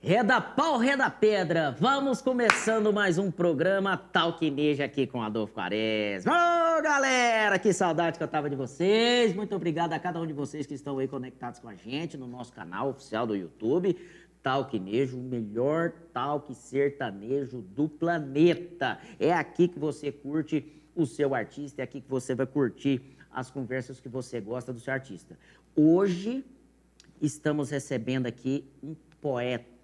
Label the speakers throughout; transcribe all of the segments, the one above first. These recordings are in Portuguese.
Speaker 1: Reda pau, reda pedra, vamos começando mais um programa Talquineja aqui com Adolfo Quaresma. Ô, galera, que saudade que eu tava de vocês. Muito obrigado a cada um de vocês que estão aí conectados com a gente no nosso canal oficial do YouTube. Talquinejo, o melhor talque sertanejo do planeta. É aqui que você curte o seu artista, é aqui que você vai curtir as conversas que você gosta do seu artista. Hoje estamos recebendo aqui um poeta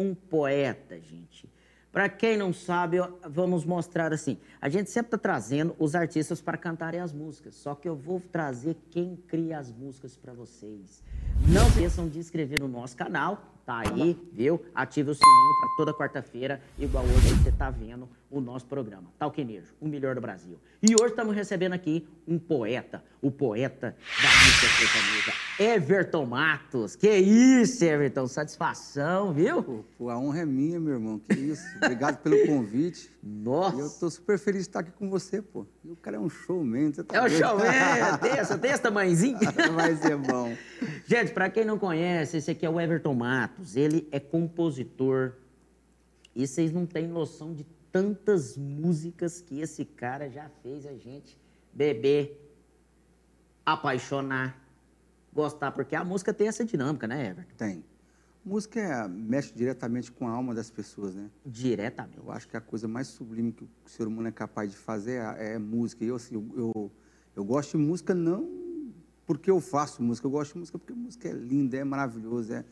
Speaker 1: um poeta, gente. Para quem não sabe, eu- vamos mostrar assim. A gente sempre está trazendo os artistas para cantarem as músicas, só que eu vou trazer quem cria as músicas para vocês. Não esqueçam de inscrever no nosso canal, tá aí, viu? Ative o sininho para toda quarta-feira, igual hoje você tá vendo o nosso programa. Talquinejo, o melhor do Brasil. E hoje estamos recebendo aqui um poeta, o poeta da música sertaneja, Everton Matos. Que isso, Everton, satisfação, viu?
Speaker 2: Pô, a honra é minha, meu irmão. Que isso. Obrigado pelo convite. E eu
Speaker 1: Nossa!
Speaker 2: tô super feliz de estar aqui com você, pô. E o cara é um showman. Você tá
Speaker 1: É o
Speaker 2: doido?
Speaker 1: showman, tem essa, tem esse tamanhozinho.
Speaker 2: Vai ser bom.
Speaker 1: Gente, pra quem não conhece, esse aqui é o Everton Matos. Ele é compositor. E vocês não têm noção de tantas músicas que esse cara já fez a gente beber, apaixonar, gostar. Porque a música tem essa dinâmica, né, Everton?
Speaker 2: Tem. Música é- mexe diretamente com a alma das pessoas, né?
Speaker 1: Diretamente.
Speaker 2: Eu acho que a coisa mais sublime que o ser humano é capaz de fazer é, é música. E eu, assim, eu, eu, eu gosto de música não porque eu faço música. Eu gosto de música porque música é linda, é maravilhosa. É...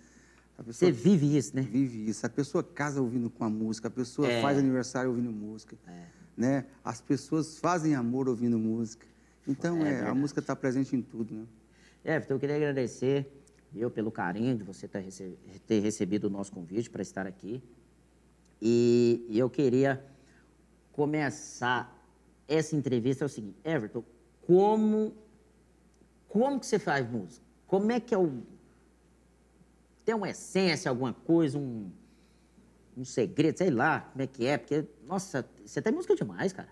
Speaker 2: A
Speaker 1: Você
Speaker 2: pessoa
Speaker 1: vive isso, né?
Speaker 2: vive isso. A pessoa casa ouvindo com a música, a pessoa
Speaker 1: É.
Speaker 2: faz aniversário ouvindo música, né? As pessoas fazem amor ouvindo música. Então,
Speaker 1: É
Speaker 2: é, a
Speaker 1: verdade.
Speaker 2: música está presente em tudo, né?
Speaker 1: Everton, eu queria agradecer eu pelo carinho de você tá rece- ter recebido o nosso convite para estar aqui. E e eu queria começar essa entrevista é o seguinte, Everton, como como que você faz música? Como é que é o tem uma essência, alguma coisa, um um segredo, sei lá, como é que é, porque nossa, você tem música demais, cara.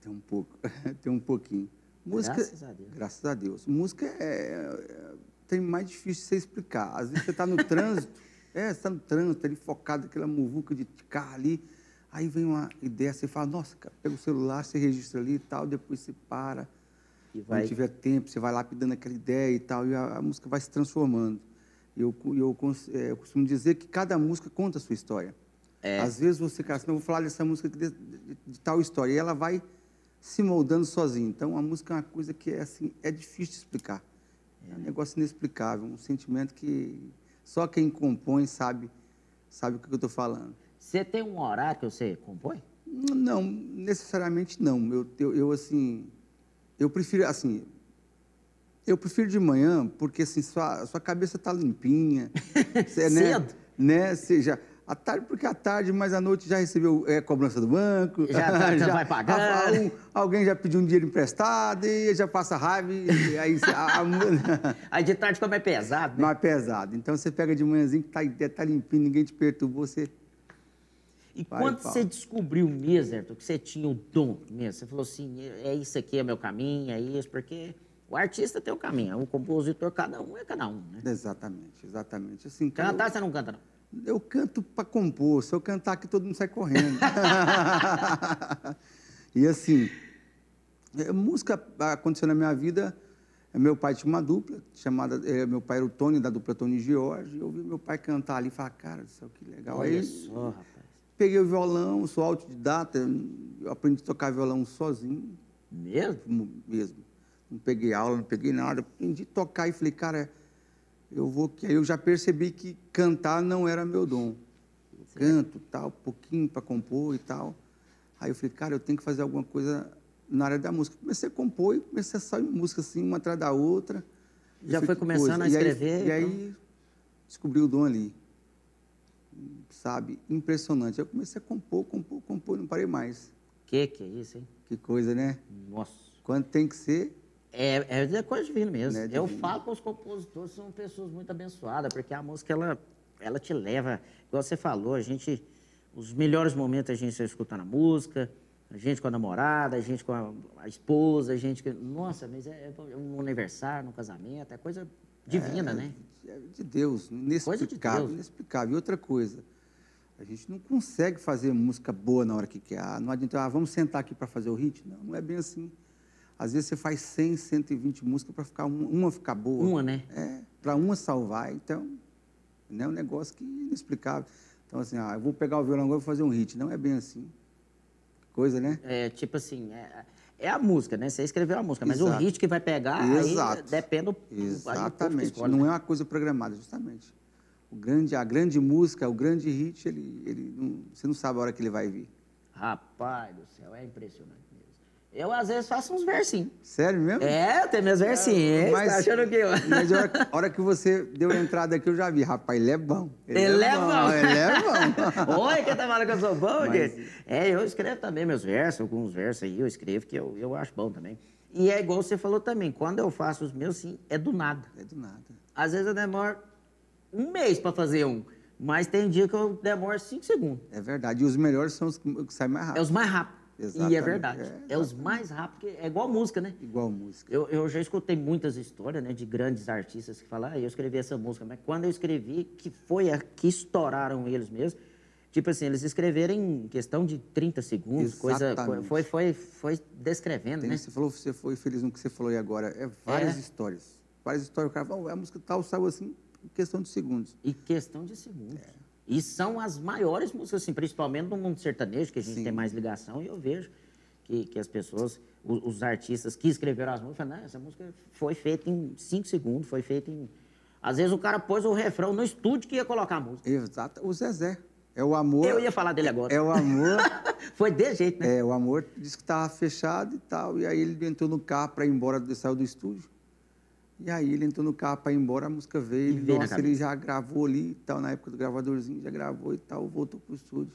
Speaker 2: Tem um pouco, tem um pouquinho. Música,
Speaker 1: Graças a Deus.
Speaker 2: graças a Deus. Música é, é- tem mais difícil de você explicar. Às vezes você está no trânsito, é, você está no trânsito, ali focado, aquela muvuca de de carro ali. Aí vem uma ideia, você fala, nossa, cara, pega o celular, você registra ali e tal, depois você para.
Speaker 1: E
Speaker 2: Quando tiver tempo, você vai lapidando aquela ideia e tal, e a, a música vai se transformando. E eu, cu- e eu, cons- eh, eu costumo dizer que cada música conta a sua história. Às vezes você, cara, assim, eu vou falar dessa música aqui de, de- de tal história, e ela vai se moldando sozinha. Então, a música é uma coisa que é, assim, é difícil de explicar. É um negócio inexplicável, um sentimento que só quem compõe sabe, sabe o que eu estou falando.
Speaker 1: Você tem um horário que você compõe?
Speaker 2: Não, necessariamente não. Eu, eu, eu, assim, eu prefiro assim, eu prefiro de manhã porque assim sua, sua cabeça tá limpinha, cê, né?
Speaker 1: Cedo.
Speaker 2: Né? Seja à tarde porque à tarde, mas à noite já recebeu é, cobrança do banco,
Speaker 1: Já tá- já vai pagar.
Speaker 2: a- a- um- alguém já pediu um dinheiro emprestado e já passa raiva e aí cê- a, a, mu-
Speaker 1: Aí de tarde como é pesado, né?
Speaker 2: não é pesado. Então você pega de manhãzinho que tá, tá limpinho, ninguém te perturbou, você
Speaker 1: E
Speaker 2: Vai,
Speaker 1: quando
Speaker 2: Paulo.
Speaker 1: você descobriu mesmo, Everton, que você tinha o dom mesmo, você falou assim, é é isso aqui, é meu caminho, é isso, porque o artista tem o caminho, o compositor, cada um é cada um, né?
Speaker 2: Exatamente, exatamente. Assim, quando eu-
Speaker 1: Cantar, você não canta, não.
Speaker 2: Eu canto para compor. Se eu cantar aqui, todo mundo sai correndo. e assim, é, música aconteceu na minha vida. é, Meu pai tinha uma dupla, chamada. é, Meu pai era o Tony, da dupla Tony e George. Eu ouvi meu pai cantar ali e falar, cara, isso que legal.
Speaker 1: Olha
Speaker 2: Aí
Speaker 1: só, rapaz.
Speaker 2: peguei o violão, sou autodidata, eu aprendi a tocar violão sozinho
Speaker 1: Mesmo?
Speaker 2: mesmo, mesmo. Não peguei aula, não peguei nada. Aprendi a tocar e falei, cara, eu vou. que- Aí eu já percebi que cantar não era meu dom. Eu canto, tal, pouquinho para compor e tal. Aí eu falei, cara, eu tenho que fazer alguma coisa na área da música. Comecei a compor e comecei a sair música assim, uma atrás da outra. Eu
Speaker 1: Já
Speaker 2: falei,
Speaker 1: foi
Speaker 2: "Que
Speaker 1: começando
Speaker 2: coisa".
Speaker 1: a
Speaker 2: E aí-
Speaker 1: escrever, então?
Speaker 2: E aí, descobri o dom ali. Sabe? Impressionante. Eu comecei a compor, compor, compor, não parei mais.
Speaker 1: Que que é isso, hein?
Speaker 2: Que coisa, né?
Speaker 1: Nossa.
Speaker 2: Quando tem que ser,
Speaker 1: É, é coisa divina mesmo.
Speaker 2: Né,
Speaker 1: Eu
Speaker 2: divino.
Speaker 1: falo que os compositores são pessoas muito abençoadas, porque a música, ela, ela te leva. Igual você falou, a gente. Os melhores momentos a gente está escutando a música, a gente com a namorada, a gente com a, a esposa, a gente. que- Nossa, mas é, é um aniversário, um casamento, é coisa Divina, né?
Speaker 2: de Deus,
Speaker 1: Coisa
Speaker 2: inexplicável,
Speaker 1: de Deus.
Speaker 2: inexplicável. E outra coisa, a gente não consegue fazer música boa na hora que quer. Ah, Não adianta, ah, vamos sentar aqui para fazer o hit? Não, não é bem assim. Às vezes você faz 100, 120 músicas para ficar um, uma, uma ficar boa.
Speaker 1: Uma, né?
Speaker 2: É, para uma salvar, então, né, é um negócio que é inexplicável. Então, assim, ah, eu vou pegar o violão agora e vou fazer um hit. Não é bem assim. Coisa, né?
Speaker 1: É, tipo assim, é, é a música, né? Você escreveu a música, mas o
Speaker 2: Exato.
Speaker 1: hit que vai pegar aí
Speaker 2: Exato.
Speaker 1: depende do aí o povo que
Speaker 2: Exatamente.
Speaker 1: escolhe,
Speaker 2: Não
Speaker 1: né?
Speaker 2: é uma coisa programada, justamente. O grande, a grande música, o grande hit, ele, ele não- você não sabe a hora que ele vai vir.
Speaker 1: Rapaz do céu, é impressionante mesmo. Eu, às vezes, faço uns versinhos.
Speaker 2: Sério mesmo?
Speaker 1: É, tem meus versinhos. Mas, tá achando que eu...
Speaker 2: mas a hora, a hora que você deu a entrada aqui, eu já vi. Rapaz, ele é bom.
Speaker 1: Ele é bom.
Speaker 2: Ele é bom.
Speaker 1: Oi, quem tá falando que eu sou bom,
Speaker 2: Mas-
Speaker 1: gente? É, eu escrevo também meus versos, alguns versos aí eu escrevo que eu, eu acho bom também. E é igual você falou também, quando eu faço os meus, sim, é do nada.
Speaker 2: É do nada.
Speaker 1: Às vezes eu demoro um mês pra fazer um, mas tem dia que eu demoro cinco segundos.
Speaker 2: É verdade. E os melhores são os que que saem mais
Speaker 1: É
Speaker 2: rápido.
Speaker 1: os mais rápidos. E é
Speaker 2: Exatamente,
Speaker 1: verdade.
Speaker 2: é,
Speaker 1: É, os mais rápidos, porque é igual música, né?
Speaker 2: Igual música.
Speaker 1: Eu, eu já escutei muitas histórias né, de grandes artistas que falam, ah, eu escrevi essa música, mas quando eu escrevi, que foi a que estouraram eles mesmos. Tipo assim, eles escreveram em questão de 30 segundos, coisa.
Speaker 2: Exatamente.
Speaker 1: coi- Foi, foi, foi descrevendo,
Speaker 2: Tem-
Speaker 1: né?
Speaker 2: Você falou, você foi feliz no que você falou aí agora. É várias
Speaker 1: É.
Speaker 2: histórias. Várias histórias. O cara fala, "Oh, a música tal saiu assim em questão de segundos.
Speaker 1: E questão de segundos.
Speaker 2: É.
Speaker 1: E são as maiores músicas, assim, principalmente no mundo sertanejo, que a gente
Speaker 2: Sim.
Speaker 1: tem mais ligação, e eu vejo que, que as pessoas, o- os, artistas que escreveram as músicas, falam, "Não, essa música foi feita em cinco segundos, foi feita em. Às vezes o cara pôs o refrão no estúdio que ia colocar a música.
Speaker 2: Exato. O Zezé. É o amor.
Speaker 1: Eu ia falar dele agora.
Speaker 2: É o amor.
Speaker 1: Foi desse jeito, né?
Speaker 2: é, o amor disse que estava fechado e tal. E aí ele entrou no carro para ir embora, ele saiu do estúdio. E aí ele entrou no carro para ir embora, a música veio. Ele,
Speaker 1: veio na
Speaker 2: nossa, ele já gravou ali e tal, na época do gravadorzinho, já gravou e tal, voltou pro estúdio.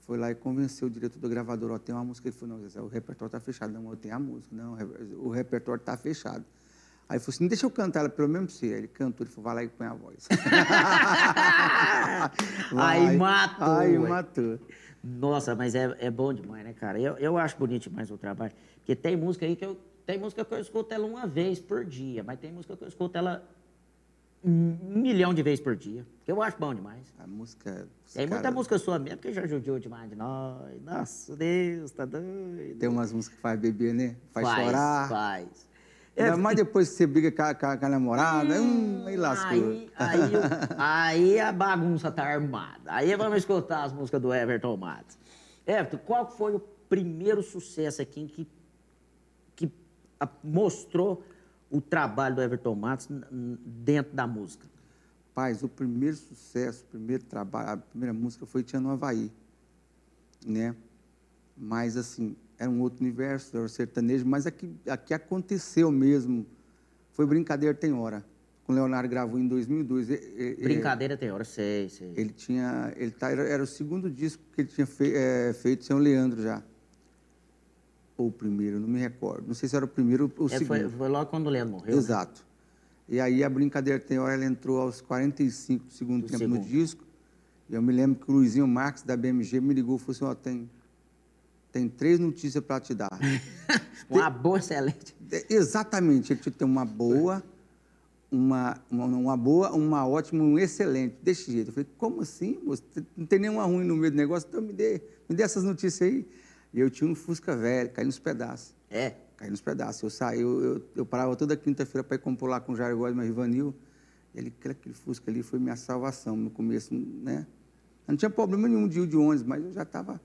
Speaker 2: Foi lá e convenceu o diretor do gravador, ó, tem uma música. Ele falou, não, Zezé, o repertório tá fechado. Não, eu tenho a música. Não, o re- o repertório tá fechado. Aí ele falou assim, deixa eu cantar ela pelo menos pra você. Aí ele cantou, ele falou, vai lá e põe a voz.
Speaker 1: Aí
Speaker 2: Vai.
Speaker 1: matou,
Speaker 2: Aí
Speaker 1: ué.
Speaker 2: matou.
Speaker 1: Nossa, mas é, é bom demais, né, cara? Eu, eu acho bonito demais o trabalho. Porque tem música aí que eu. Tem música que eu escuto ela uma vez por dia, mas tem música que eu escuto ela um milhão de vezes por dia. Que eu acho bom demais.
Speaker 2: A música. os
Speaker 1: Tem muita
Speaker 2: cara-
Speaker 1: música sua mesmo que já judiou demais de nós. Nossa, Deus, tá doido.
Speaker 2: Tem umas músicas que faz beber, né? Faz, chorar. É,
Speaker 1: Faz.
Speaker 2: Ainda mais depois que você briga com a, com a- com a namorada. Hum, aí lascou.
Speaker 1: Aí, aí, o- aí a bagunça tá armada. Aí vamos escutar as músicas do Everton Matos. Everton, qual que foi o primeiro sucesso aqui que, que a- mostrou o trabalho do Everton Matos n- n- dentro da música?
Speaker 2: Paz, o primeiro sucesso, o primeiro trabalho, a primeira música foi Tia no Havaí, né? Mas, assim, era um outro universo, era o sertanejo, mas aqui, aqui aconteceu mesmo. Foi Brincadeira Tem Hora. Com o Leonardo gravou em 2002. E- e- e-
Speaker 1: Brincadeira tem hora, sei, sei.
Speaker 2: Ele tinha. Ele tá, era, era o segundo disco que ele tinha fe- eh, feito sem o Leandro já. Ou o primeiro, não me recordo. Não sei se era o primeiro ou o
Speaker 1: É,
Speaker 2: segundo.
Speaker 1: foi, foi logo quando o Leandro morreu. né?
Speaker 2: Exato. E aí a brincadeira tem hora, ela entrou aos 45 do segundo
Speaker 1: Do
Speaker 2: tempo no
Speaker 1: segundo.
Speaker 2: disco. E eu me lembro que o Luizinho Marques da BMG me ligou e falou assim: ó, tem, tem três notícias para te dar.
Speaker 1: Uma boa, excelente.
Speaker 2: É, Exatamente, ele tinha que ter uma boa, uma, uma, uma boa, uma ótima, um excelente, desse jeito. Eu falei, como assim, moço? Te- Não tem nenhuma ruim no meio do negócio, então me dê, me dê essas notícias aí. E eu tinha um Fusca velho, caiu nos pedaços.
Speaker 1: É.
Speaker 2: Caiu nos pedaços. Eu saí, eu, eu, eu parava toda quinta-feira para ir compor lá com o Jair Góes, meu Rivanil. E ele, aquele, aquele Fusca ali foi minha salvação no começo, né? Eu não tinha problema nenhum de ir de ônibus, mas eu já estava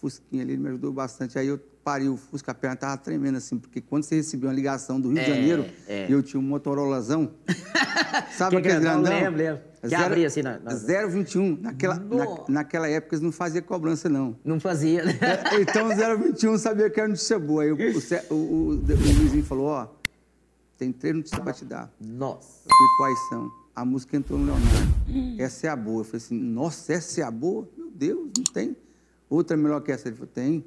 Speaker 2: Fusquinha ali, ele me ajudou bastante. Aí eu parei o Fusca, a perna estava tremendo assim, porque quando você recebeu uma ligação do Rio
Speaker 1: É,
Speaker 2: de Janeiro,
Speaker 1: é.
Speaker 2: e eu tinha um Motorolazão.
Speaker 1: Que
Speaker 2: Sabe aquele
Speaker 1: grandão,
Speaker 2: grandão?
Speaker 1: lembro, lembro. Que
Speaker 2: Zero-
Speaker 1: abria assim na- na-
Speaker 2: 0,21. Naquela, na-
Speaker 1: Nossa.
Speaker 2: naquela época eles não faziam cobrança, não.
Speaker 1: Não fazia. né?
Speaker 2: É, Então, 021 sabia que era notícia boa. Aí o, o, Cé- o, o, o Luizinho falou, ó, tem três notícias pra te dar.
Speaker 1: Nossa.
Speaker 2: Eu falei, quais são? A música entrou no Leonardo. Essa é a boa. Eu falei assim, nossa, essa é a boa? Meu Deus, não tem outra melhor que essa. Ele falou, tem.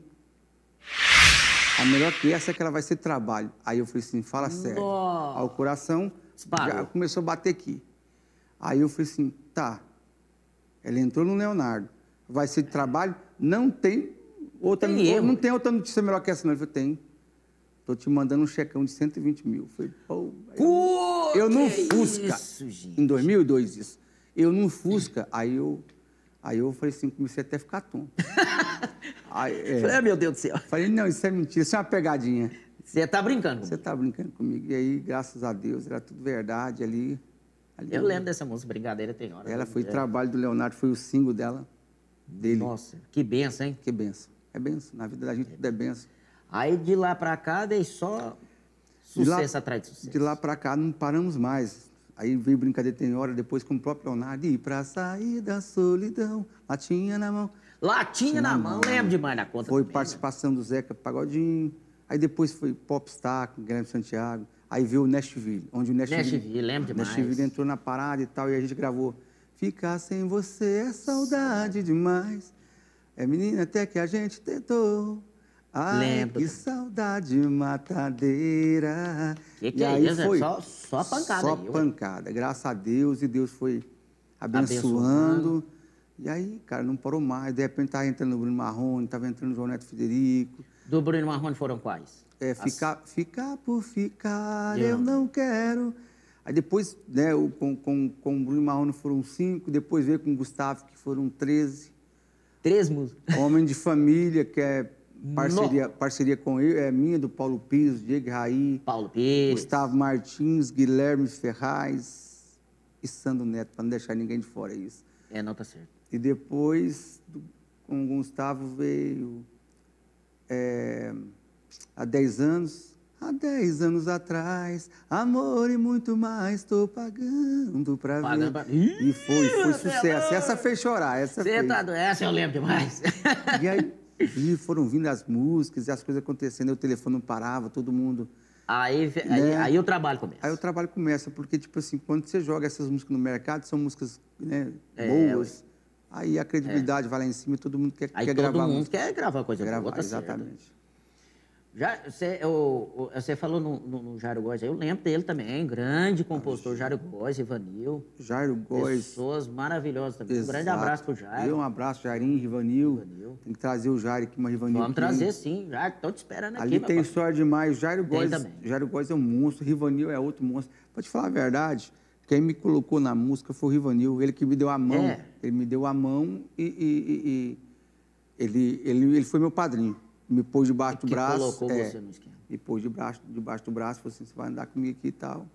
Speaker 2: A melhor que essa é que ela vai ser trabalho. Aí eu falei assim, fala sério.
Speaker 1: Nossa.
Speaker 2: Aí o coração
Speaker 1: Disparou.
Speaker 2: já começou a bater aqui. Aí eu falei assim, tá. Ela entrou no Leonardo. Vai ser de trabalho? Não tem outra
Speaker 1: Tem
Speaker 2: não-
Speaker 1: erro.
Speaker 2: Não tem outra notícia melhor que essa, não. Ele falou, tem. Tô te mandando um checão de 120 mil. Falei, pô. aí eu-
Speaker 1: Cu-
Speaker 2: Eu não
Speaker 1: que
Speaker 2: Fusca.
Speaker 1: Isso, gente.
Speaker 2: Em 2002, isso. Eu num Fusca, aí eu, aí eu falei assim, comecei até a ficar tonto. Aí, é,
Speaker 1: Falei, ah, meu Deus do céu.
Speaker 2: falei, não, isso é mentira, isso é uma pegadinha.
Speaker 1: Você tá brincando. comigo.
Speaker 2: Você tá brincando comigo. E aí, graças a Deus, era tudo verdade ali. ali
Speaker 1: Eu lembro dessa música, Brigadeira Tem Hora.
Speaker 2: Ela
Speaker 1: né?
Speaker 2: foi trabalho do Leonardo, foi o single dela, dele.
Speaker 1: Nossa, que benção, hein?
Speaker 2: Que benção. É benção. Na vida da gente tudo é benção.
Speaker 1: Aí de lá pra cá, dei só
Speaker 2: De lá-
Speaker 1: sucesso atrás de sucesso.
Speaker 2: De lá pra cá não paramos mais. Aí veio Brincadeira Tem Hora, depois com o próprio Leonardo. E pra sair da solidão, latinha na mão.
Speaker 1: Latinha na mão, lembro demais da conta.
Speaker 2: Foi
Speaker 1: também, né?
Speaker 2: participação do Zeca Pagodinho. Aí depois foi Popstar com o Guilherme Santiago. Aí veio o Nashville, onde o Nashville...
Speaker 1: Nashville, lembro demais.
Speaker 2: Nashville entrou na parada e tal, e a gente gravou. Ficar sem você é saudade demais. É menina até que a gente tentou. Ai,
Speaker 1: Lembro.
Speaker 2: que saudade matadeira.
Speaker 1: Que que
Speaker 2: e
Speaker 1: é
Speaker 2: aí
Speaker 1: isso? É
Speaker 2: foi
Speaker 1: só- só pancada
Speaker 2: Só
Speaker 1: aí, ué.
Speaker 2: pancada. Graças a Deus, e Deus foi abençoando.
Speaker 1: Abençoando.
Speaker 2: E aí, cara, não parou mais. De repente tava entrando o Bruno Marrone, tava entrando o João Neto Federico.
Speaker 1: Do Bruno Marrone foram quais?
Speaker 2: É,
Speaker 1: As-
Speaker 2: ficar, ficar por ficar,
Speaker 1: Yeah.
Speaker 2: eu não quero. Aí depois, né, o- com, com, com o Bruno Marrone foram cinco, depois veio com o Gustavo, que foram 13.
Speaker 1: Três músicas.
Speaker 2: Homem de Família, que é parceria, parceria com eu, é minha, do Paulo Pires, Diego Raí,
Speaker 1: Paulo Pires.
Speaker 2: Gustavo Martins, Guilherme Ferraz e Sandro Neto, para não deixar ninguém de fora, é isso.
Speaker 1: É, não tá certo.
Speaker 2: E depois, do- com o Gustavo, veio é, há 10 anos. Há 10 anos atrás, amor e muito mais, tô pagando pra
Speaker 1: Pagando
Speaker 2: ver.
Speaker 1: pra-
Speaker 2: E foi,
Speaker 1: Ih,
Speaker 2: foi sucesso.
Speaker 1: Fernando!
Speaker 2: Essa fez chorar, essa
Speaker 1: Você
Speaker 2: fez.
Speaker 1: tá do... Essa eu lembro demais.
Speaker 2: E aí e foram vindo as músicas e as coisas acontecendo, e o telefone não parava, todo mundo.
Speaker 1: aí, fe- aí,
Speaker 2: Né?
Speaker 1: aí o trabalho começa.
Speaker 2: Aí o trabalho começa, porque, tipo assim, quando você joga essas músicas no mercado, são músicas né,
Speaker 1: É,
Speaker 2: boas, aí a credibilidade vai lá em cima e todo mundo quer,
Speaker 1: Aí
Speaker 2: quer
Speaker 1: todo
Speaker 2: gravar a
Speaker 1: mundo
Speaker 2: música.
Speaker 1: quer gravar coisa
Speaker 2: Gravar,
Speaker 1: boa, tá certo.
Speaker 2: exatamente.
Speaker 1: Já, você, o- o- você falou no, no, no Jairo Góes, eu lembro dele também, grande compositor, Jairo Góes, Ivanil,
Speaker 2: Jairo Góes.
Speaker 1: pessoas maravilhosas também. Um grande
Speaker 2: exato.
Speaker 1: abraço pro
Speaker 2: Eu,
Speaker 1: Jairo.
Speaker 2: um abraço, Jairinho, Rivanil.
Speaker 1: Rivanil.
Speaker 2: Tem que trazer o Jairo aqui, mas Rivanil.
Speaker 1: Vamos
Speaker 2: que-
Speaker 1: trazer sim, já tô te esperando
Speaker 2: Ali
Speaker 1: aqui.
Speaker 2: tem
Speaker 1: meu parceiro.
Speaker 2: história demais. Jairo Góes,
Speaker 1: também.
Speaker 2: Jairo Góes é um monstro, Rivanil é outro monstro. Pra te falar a verdade, quem me colocou na música foi o Rivanil, ele que me deu a mão.
Speaker 1: É.
Speaker 2: Ele me deu a mão e, e- e- e ele, ele, ele foi meu padrinho. Me pôs debaixo do
Speaker 1: que
Speaker 2: braço.
Speaker 1: colocou
Speaker 2: é,
Speaker 1: você no esquema.
Speaker 2: Me pôs debaixo, debaixo do braço, falou assim, você vai andar comigo aqui e tal.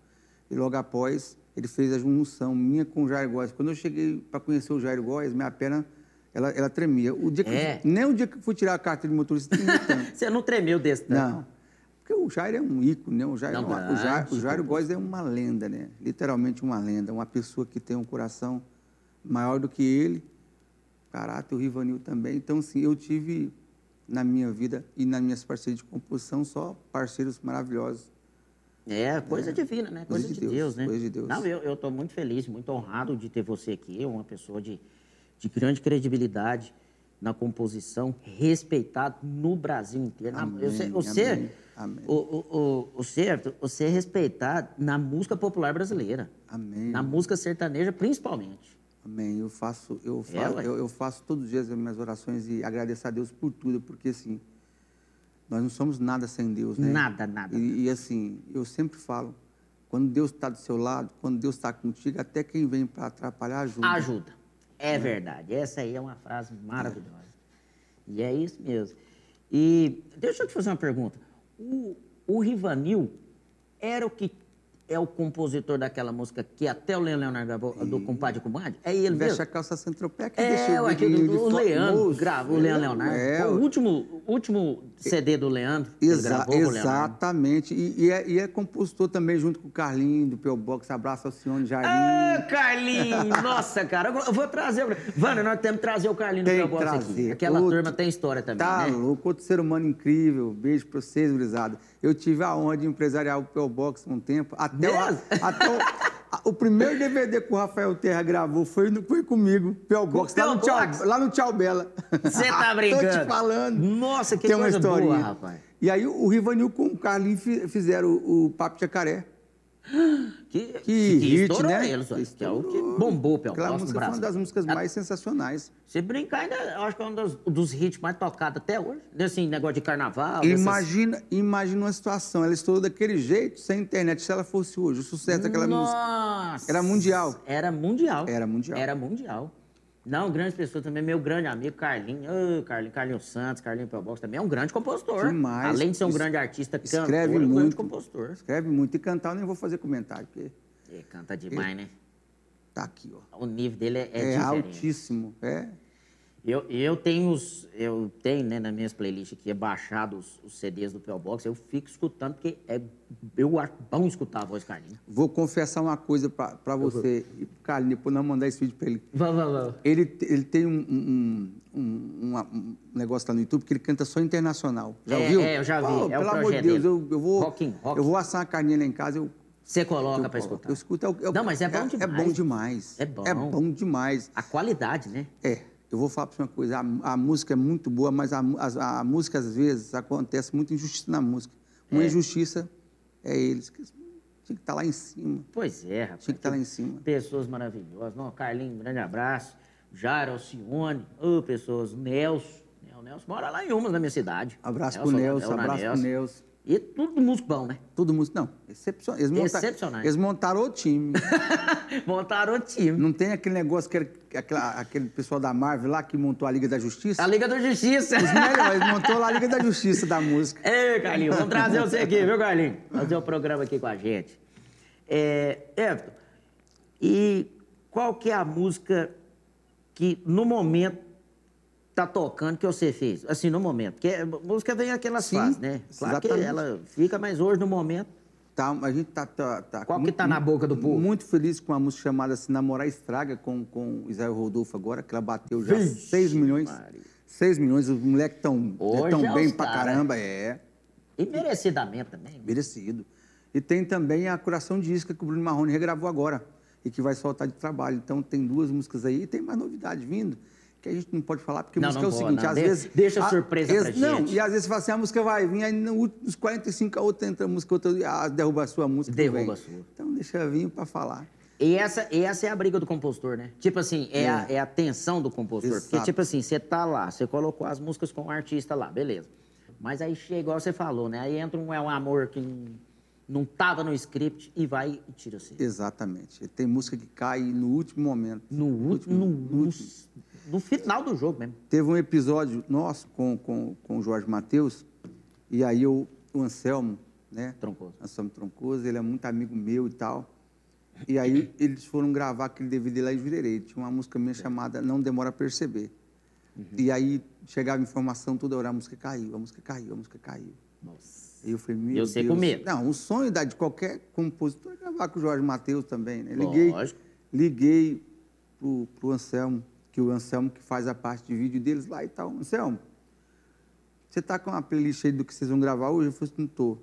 Speaker 2: E logo após, ele fez a junção minha com o Jairo Góes. Quando eu cheguei para conhecer o Jairo Góes, minha perna, ela, ela tremia. O dia que eu-
Speaker 1: É.
Speaker 2: nem o dia que eu fui tirar a carteira de motorista, tremia tanto.
Speaker 1: Você não tremeu desse né? tanto.
Speaker 2: Não. Porque o Jair é um ícone, né? O Jair,
Speaker 1: Não,
Speaker 2: o Jair- o Jair,
Speaker 1: grande,
Speaker 2: Góes é uma lenda, né? Literalmente uma lenda. Uma pessoa que tem um coração maior do que ele. Caráter, o Rivanil também. Então, assim, eu tive na minha vida e nas minhas parcerias de composição só parceiros maravilhosos.
Speaker 1: É, coisa divina, né? Coisa, de Deus, né?
Speaker 2: coisa de Deus.
Speaker 1: Não, eu, eu tô muito feliz, muito honrado de ter você aqui, uma pessoa de, de grande credibilidade na composição, respeitado no Brasil inteiro. Na-
Speaker 2: Amém,
Speaker 1: você, você,
Speaker 2: amém, amém.
Speaker 1: O, o, o, o certo, você é respeitado na música popular brasileira,
Speaker 2: Amém.
Speaker 1: na música sertaneja principalmente.
Speaker 2: Amém. Eu faço, eu
Speaker 1: É,
Speaker 2: faço,
Speaker 1: ué.
Speaker 2: eu, eu faço todos os dias as minhas orações e agradeço a Deus por tudo, porque assim, nós não somos nada sem Deus, né?
Speaker 1: Nada, nada.
Speaker 2: E, e, assim, eu sempre falo, quando Deus está do seu lado, quando Deus está contigo, até quem vem para atrapalhar ajuda.
Speaker 1: Ajuda. É
Speaker 2: Né?
Speaker 1: verdade. Essa aí é uma frase maravilhosa. E é isso mesmo. E deixa eu te fazer uma pergunta. O, o Rivanil era o que é o compositor daquela música que até o Leonardo gravou, do Compadre Comadre? É ele
Speaker 2: Veste
Speaker 1: mesmo?
Speaker 2: a calça sem tropé que deixa
Speaker 1: É,
Speaker 2: o
Speaker 1: o, aqui,
Speaker 2: dedinho
Speaker 1: do,
Speaker 2: de
Speaker 1: do, o
Speaker 2: fora.
Speaker 1: Leandro
Speaker 2: Moço,
Speaker 1: gravou, o Leandro Leonardo.
Speaker 2: É,
Speaker 1: Pô, o último, o último CD do Leandro, que ele
Speaker 2: exa-
Speaker 1: gravou com o Leonardo.
Speaker 2: exatamente. E, e é, e é compositor também, junto com o Carlinho, do P.O. Box. Abraço ao Cione Jairinho.
Speaker 1: Ah, Carlinhos! Nossa, cara, agora eu vou trazer. o- Vanda, nós temos que trazer o Carlinhos
Speaker 2: Tem
Speaker 1: no
Speaker 2: que
Speaker 1: meu box aqui.
Speaker 2: trazer.
Speaker 1: assim. Aquela
Speaker 2: Outro-
Speaker 1: turma tem história também.
Speaker 2: Tá
Speaker 1: né?
Speaker 2: louco, outro ser humano incrível. Beijo pra vocês, gurizada. Eu tive a honra de empresariar o P.O. Box um tempo. Até, o,
Speaker 1: Mesmo?
Speaker 2: até o, a- o primeiro DVD que o Rafael Terra gravou foi, no- foi comigo, P.O. Box,
Speaker 1: Com o
Speaker 2: lá, no
Speaker 1: P.O. Box?
Speaker 2: Tchau, lá no Tchau Bela.
Speaker 1: Você tá brincando?
Speaker 2: Tô te falando.
Speaker 1: Nossa, que
Speaker 2: Tem uma
Speaker 1: coisa
Speaker 2: historinha.
Speaker 1: boa, rapaz.
Speaker 2: E aí o Rivanil com o Carlinhos fi- fizeram o, o Papo Jacaré.
Speaker 1: Que,
Speaker 2: Que, hit,
Speaker 1: estourou
Speaker 2: né?
Speaker 1: eles, ué, que é o um
Speaker 2: Estourou.
Speaker 1: que bombou pelo
Speaker 2: Aquela
Speaker 1: nosso
Speaker 2: música foi
Speaker 1: Brasil.
Speaker 2: uma das músicas
Speaker 1: É.
Speaker 2: mais sensacionais.
Speaker 1: Se brincar, ainda, eu acho que é um dos, dos hits mais tocados até hoje. Desse negócio de carnaval. desses-
Speaker 2: Imagina, imagina uma situação, ela estourou daquele jeito, sem internet, se ela fosse hoje, o sucesso daquela música.
Speaker 1: Nossa!
Speaker 2: Era mundial.
Speaker 1: Era mundial.
Speaker 2: Era mundial.
Speaker 1: Era mundial. Não, grande pessoa também, meu grande amigo Carlinho, ô, Carlinho, Carlinho Santos, Carlinho Pelbox também é um grande compositor.
Speaker 2: Demais.
Speaker 1: Além de ser um
Speaker 2: Es-
Speaker 1: grande artista, cantor,
Speaker 2: escreve
Speaker 1: é um grande
Speaker 2: muito.
Speaker 1: compositor.
Speaker 2: Escreve muito. E cantar eu nem vou fazer comentário, porque
Speaker 1: Ele canta demais, né?
Speaker 2: tá aqui, ó.
Speaker 1: O nível dele é, é
Speaker 2: É,
Speaker 1: diferente.
Speaker 2: altíssimo. É.
Speaker 1: Eu, eu tenho os, eu tenho, né, nas minhas playlists aqui, é baixado os, os CDs do Pelbox, eu fico escutando, porque é, eu acho bom escutar a voz do Carlinho.
Speaker 2: Vou confessar uma coisa pra, pra você. E, Cara, depois não mandar esse vídeo pra ele.
Speaker 1: Vamos, vamos, vamos.
Speaker 2: Ele, te- ele tem um, um- um- uma- um negócio lá no YouTube que ele canta só internacional. Já
Speaker 1: É,
Speaker 2: ouviu?
Speaker 1: é, eu já vi. É o
Speaker 2: pelo amor de
Speaker 1: projeto
Speaker 2: Deus,
Speaker 1: dele.
Speaker 2: eu, eu vou.
Speaker 1: Rockin' Rock.
Speaker 2: Eu vou assar uma carninha lá em casa. Eu,
Speaker 1: Você coloca
Speaker 2: eu,
Speaker 1: pra escutar.
Speaker 2: eu escuto. eu- eu-
Speaker 1: Não, mas é bom
Speaker 2: É
Speaker 1: demais.
Speaker 2: bom demais.
Speaker 1: É bom.
Speaker 2: É bom demais.
Speaker 1: A qualidade, né?
Speaker 2: É, eu vou falar pra você uma coisa. A, a música é muito boa, mas a, mu- as- a música, às vezes, acontece muita injustiça na música. Uma injustiça é eles. que Tinha que estar lá em cima.
Speaker 1: Pois é, rapaz.
Speaker 2: Tinha que estar lá em cima.
Speaker 1: Pessoas maravilhosas. Não, Carlinho, um grande abraço. Jairo, Alcione, ô, pessoas, Nelson. né, O Nelson mora lá em Umas, na minha cidade.
Speaker 2: Abraço pro É, Nelson,
Speaker 1: na
Speaker 2: abraço pro Nelson.
Speaker 1: E tudo músico bom, né?
Speaker 2: Todo mundo. Não, excepcion- eles monta-
Speaker 1: Excepcionais.
Speaker 2: Eles montaram o time.
Speaker 1: Montaram o time.
Speaker 2: Não tem aquele negócio que era aquela- aquele pessoal da Marvel lá que montou a Liga da Justiça?
Speaker 1: A Liga da Justiça.
Speaker 2: Os melhores, montou lá a Liga da Justiça da música.
Speaker 1: Ei, Carlinho, vamos trazer você aqui, viu, Carlinho? Fazer o programa aqui com a gente. É, Everton, e qual que é a música que, no momento, tá tocando que você fez? Assim, no momento. Porque a música vem aquelas
Speaker 2: Sim,
Speaker 1: fases, né? Claro que
Speaker 2: exatamente.
Speaker 1: ela fica, mas hoje, no momento,
Speaker 2: Tá, a gente tá. tá, tá
Speaker 1: Qual que
Speaker 2: muito-
Speaker 1: tá na boca do povo?
Speaker 2: Muito feliz com uma música chamada Se Namorar Estraga com, com o Israel Rodolfo agora, que ela bateu já
Speaker 1: Vixe
Speaker 2: 6 milhões.
Speaker 1: Maria.
Speaker 2: 6 milhões, os moleques tão,
Speaker 1: Hoje
Speaker 2: tão
Speaker 1: é
Speaker 2: bem
Speaker 1: os
Speaker 2: pra
Speaker 1: cara.
Speaker 2: caramba, é.
Speaker 1: e merecidamente também.
Speaker 2: Merecido. E tem também a Curação de Isca que o Bruno Marrone regravou agora e que vai soltar de trabalho. Então tem duas músicas aí e tem mais novidade vindo que a gente não pode falar, porque a
Speaker 1: Não,
Speaker 2: música
Speaker 1: não
Speaker 2: é o
Speaker 1: vou,
Speaker 2: seguinte,
Speaker 1: não.
Speaker 2: às
Speaker 1: De-
Speaker 2: vezes...
Speaker 1: deixa surpresa pra
Speaker 2: ex- Não,
Speaker 1: gente.
Speaker 2: e às vezes você fala assim, a música vai vir, aí no último- nos 45 a outra entra a música, a outra a- derruba a sua música.
Speaker 1: Derruba
Speaker 2: também.
Speaker 1: a sua.
Speaker 2: Então deixa vir pra falar.
Speaker 1: E essa, e essa é a briga do compositor, né? Tipo assim, é, A, é a tensão do compositor. Porque,
Speaker 2: Exato.
Speaker 1: tipo assim, você tá lá, você colocou as músicas com o artista lá, beleza. Mas aí chega, igual você falou, né? Aí entra um, é um amor que não, não tava no script e vai e tira você.
Speaker 2: Exatamente. E Tem música que cai no último momento.
Speaker 1: No último, no, no, no final do jogo mesmo.
Speaker 2: Teve um episódio nosso com, com, com o Jorge Matheus, e aí eu, o Anselmo, né?
Speaker 1: Troncoso.
Speaker 2: Anselmo Troncoso, ele é muito amigo meu e tal. E aí eles foram gravar aquele DVD lá em Jurerê. Tinha uma música minha chamada Não Demora a Perceber. E aí chegava informação toda hora, a música caiu, a música caiu, a música caiu.
Speaker 1: Nossa.
Speaker 2: E eu falei, meu
Speaker 1: Eu
Speaker 2: Deus.
Speaker 1: sei com medo.
Speaker 2: Não, o sonho da, de qualquer compositor é gravar com o Jorge Matheus também, né? Liguei,
Speaker 1: Lógico.
Speaker 2: liguei pro, pro Anselmo, que o Anselmo que faz a parte de vídeo deles lá e tal. Anselmo, você tá com uma playlist aí do que vocês vão gravar hoje? Eu falei, assim, não tô.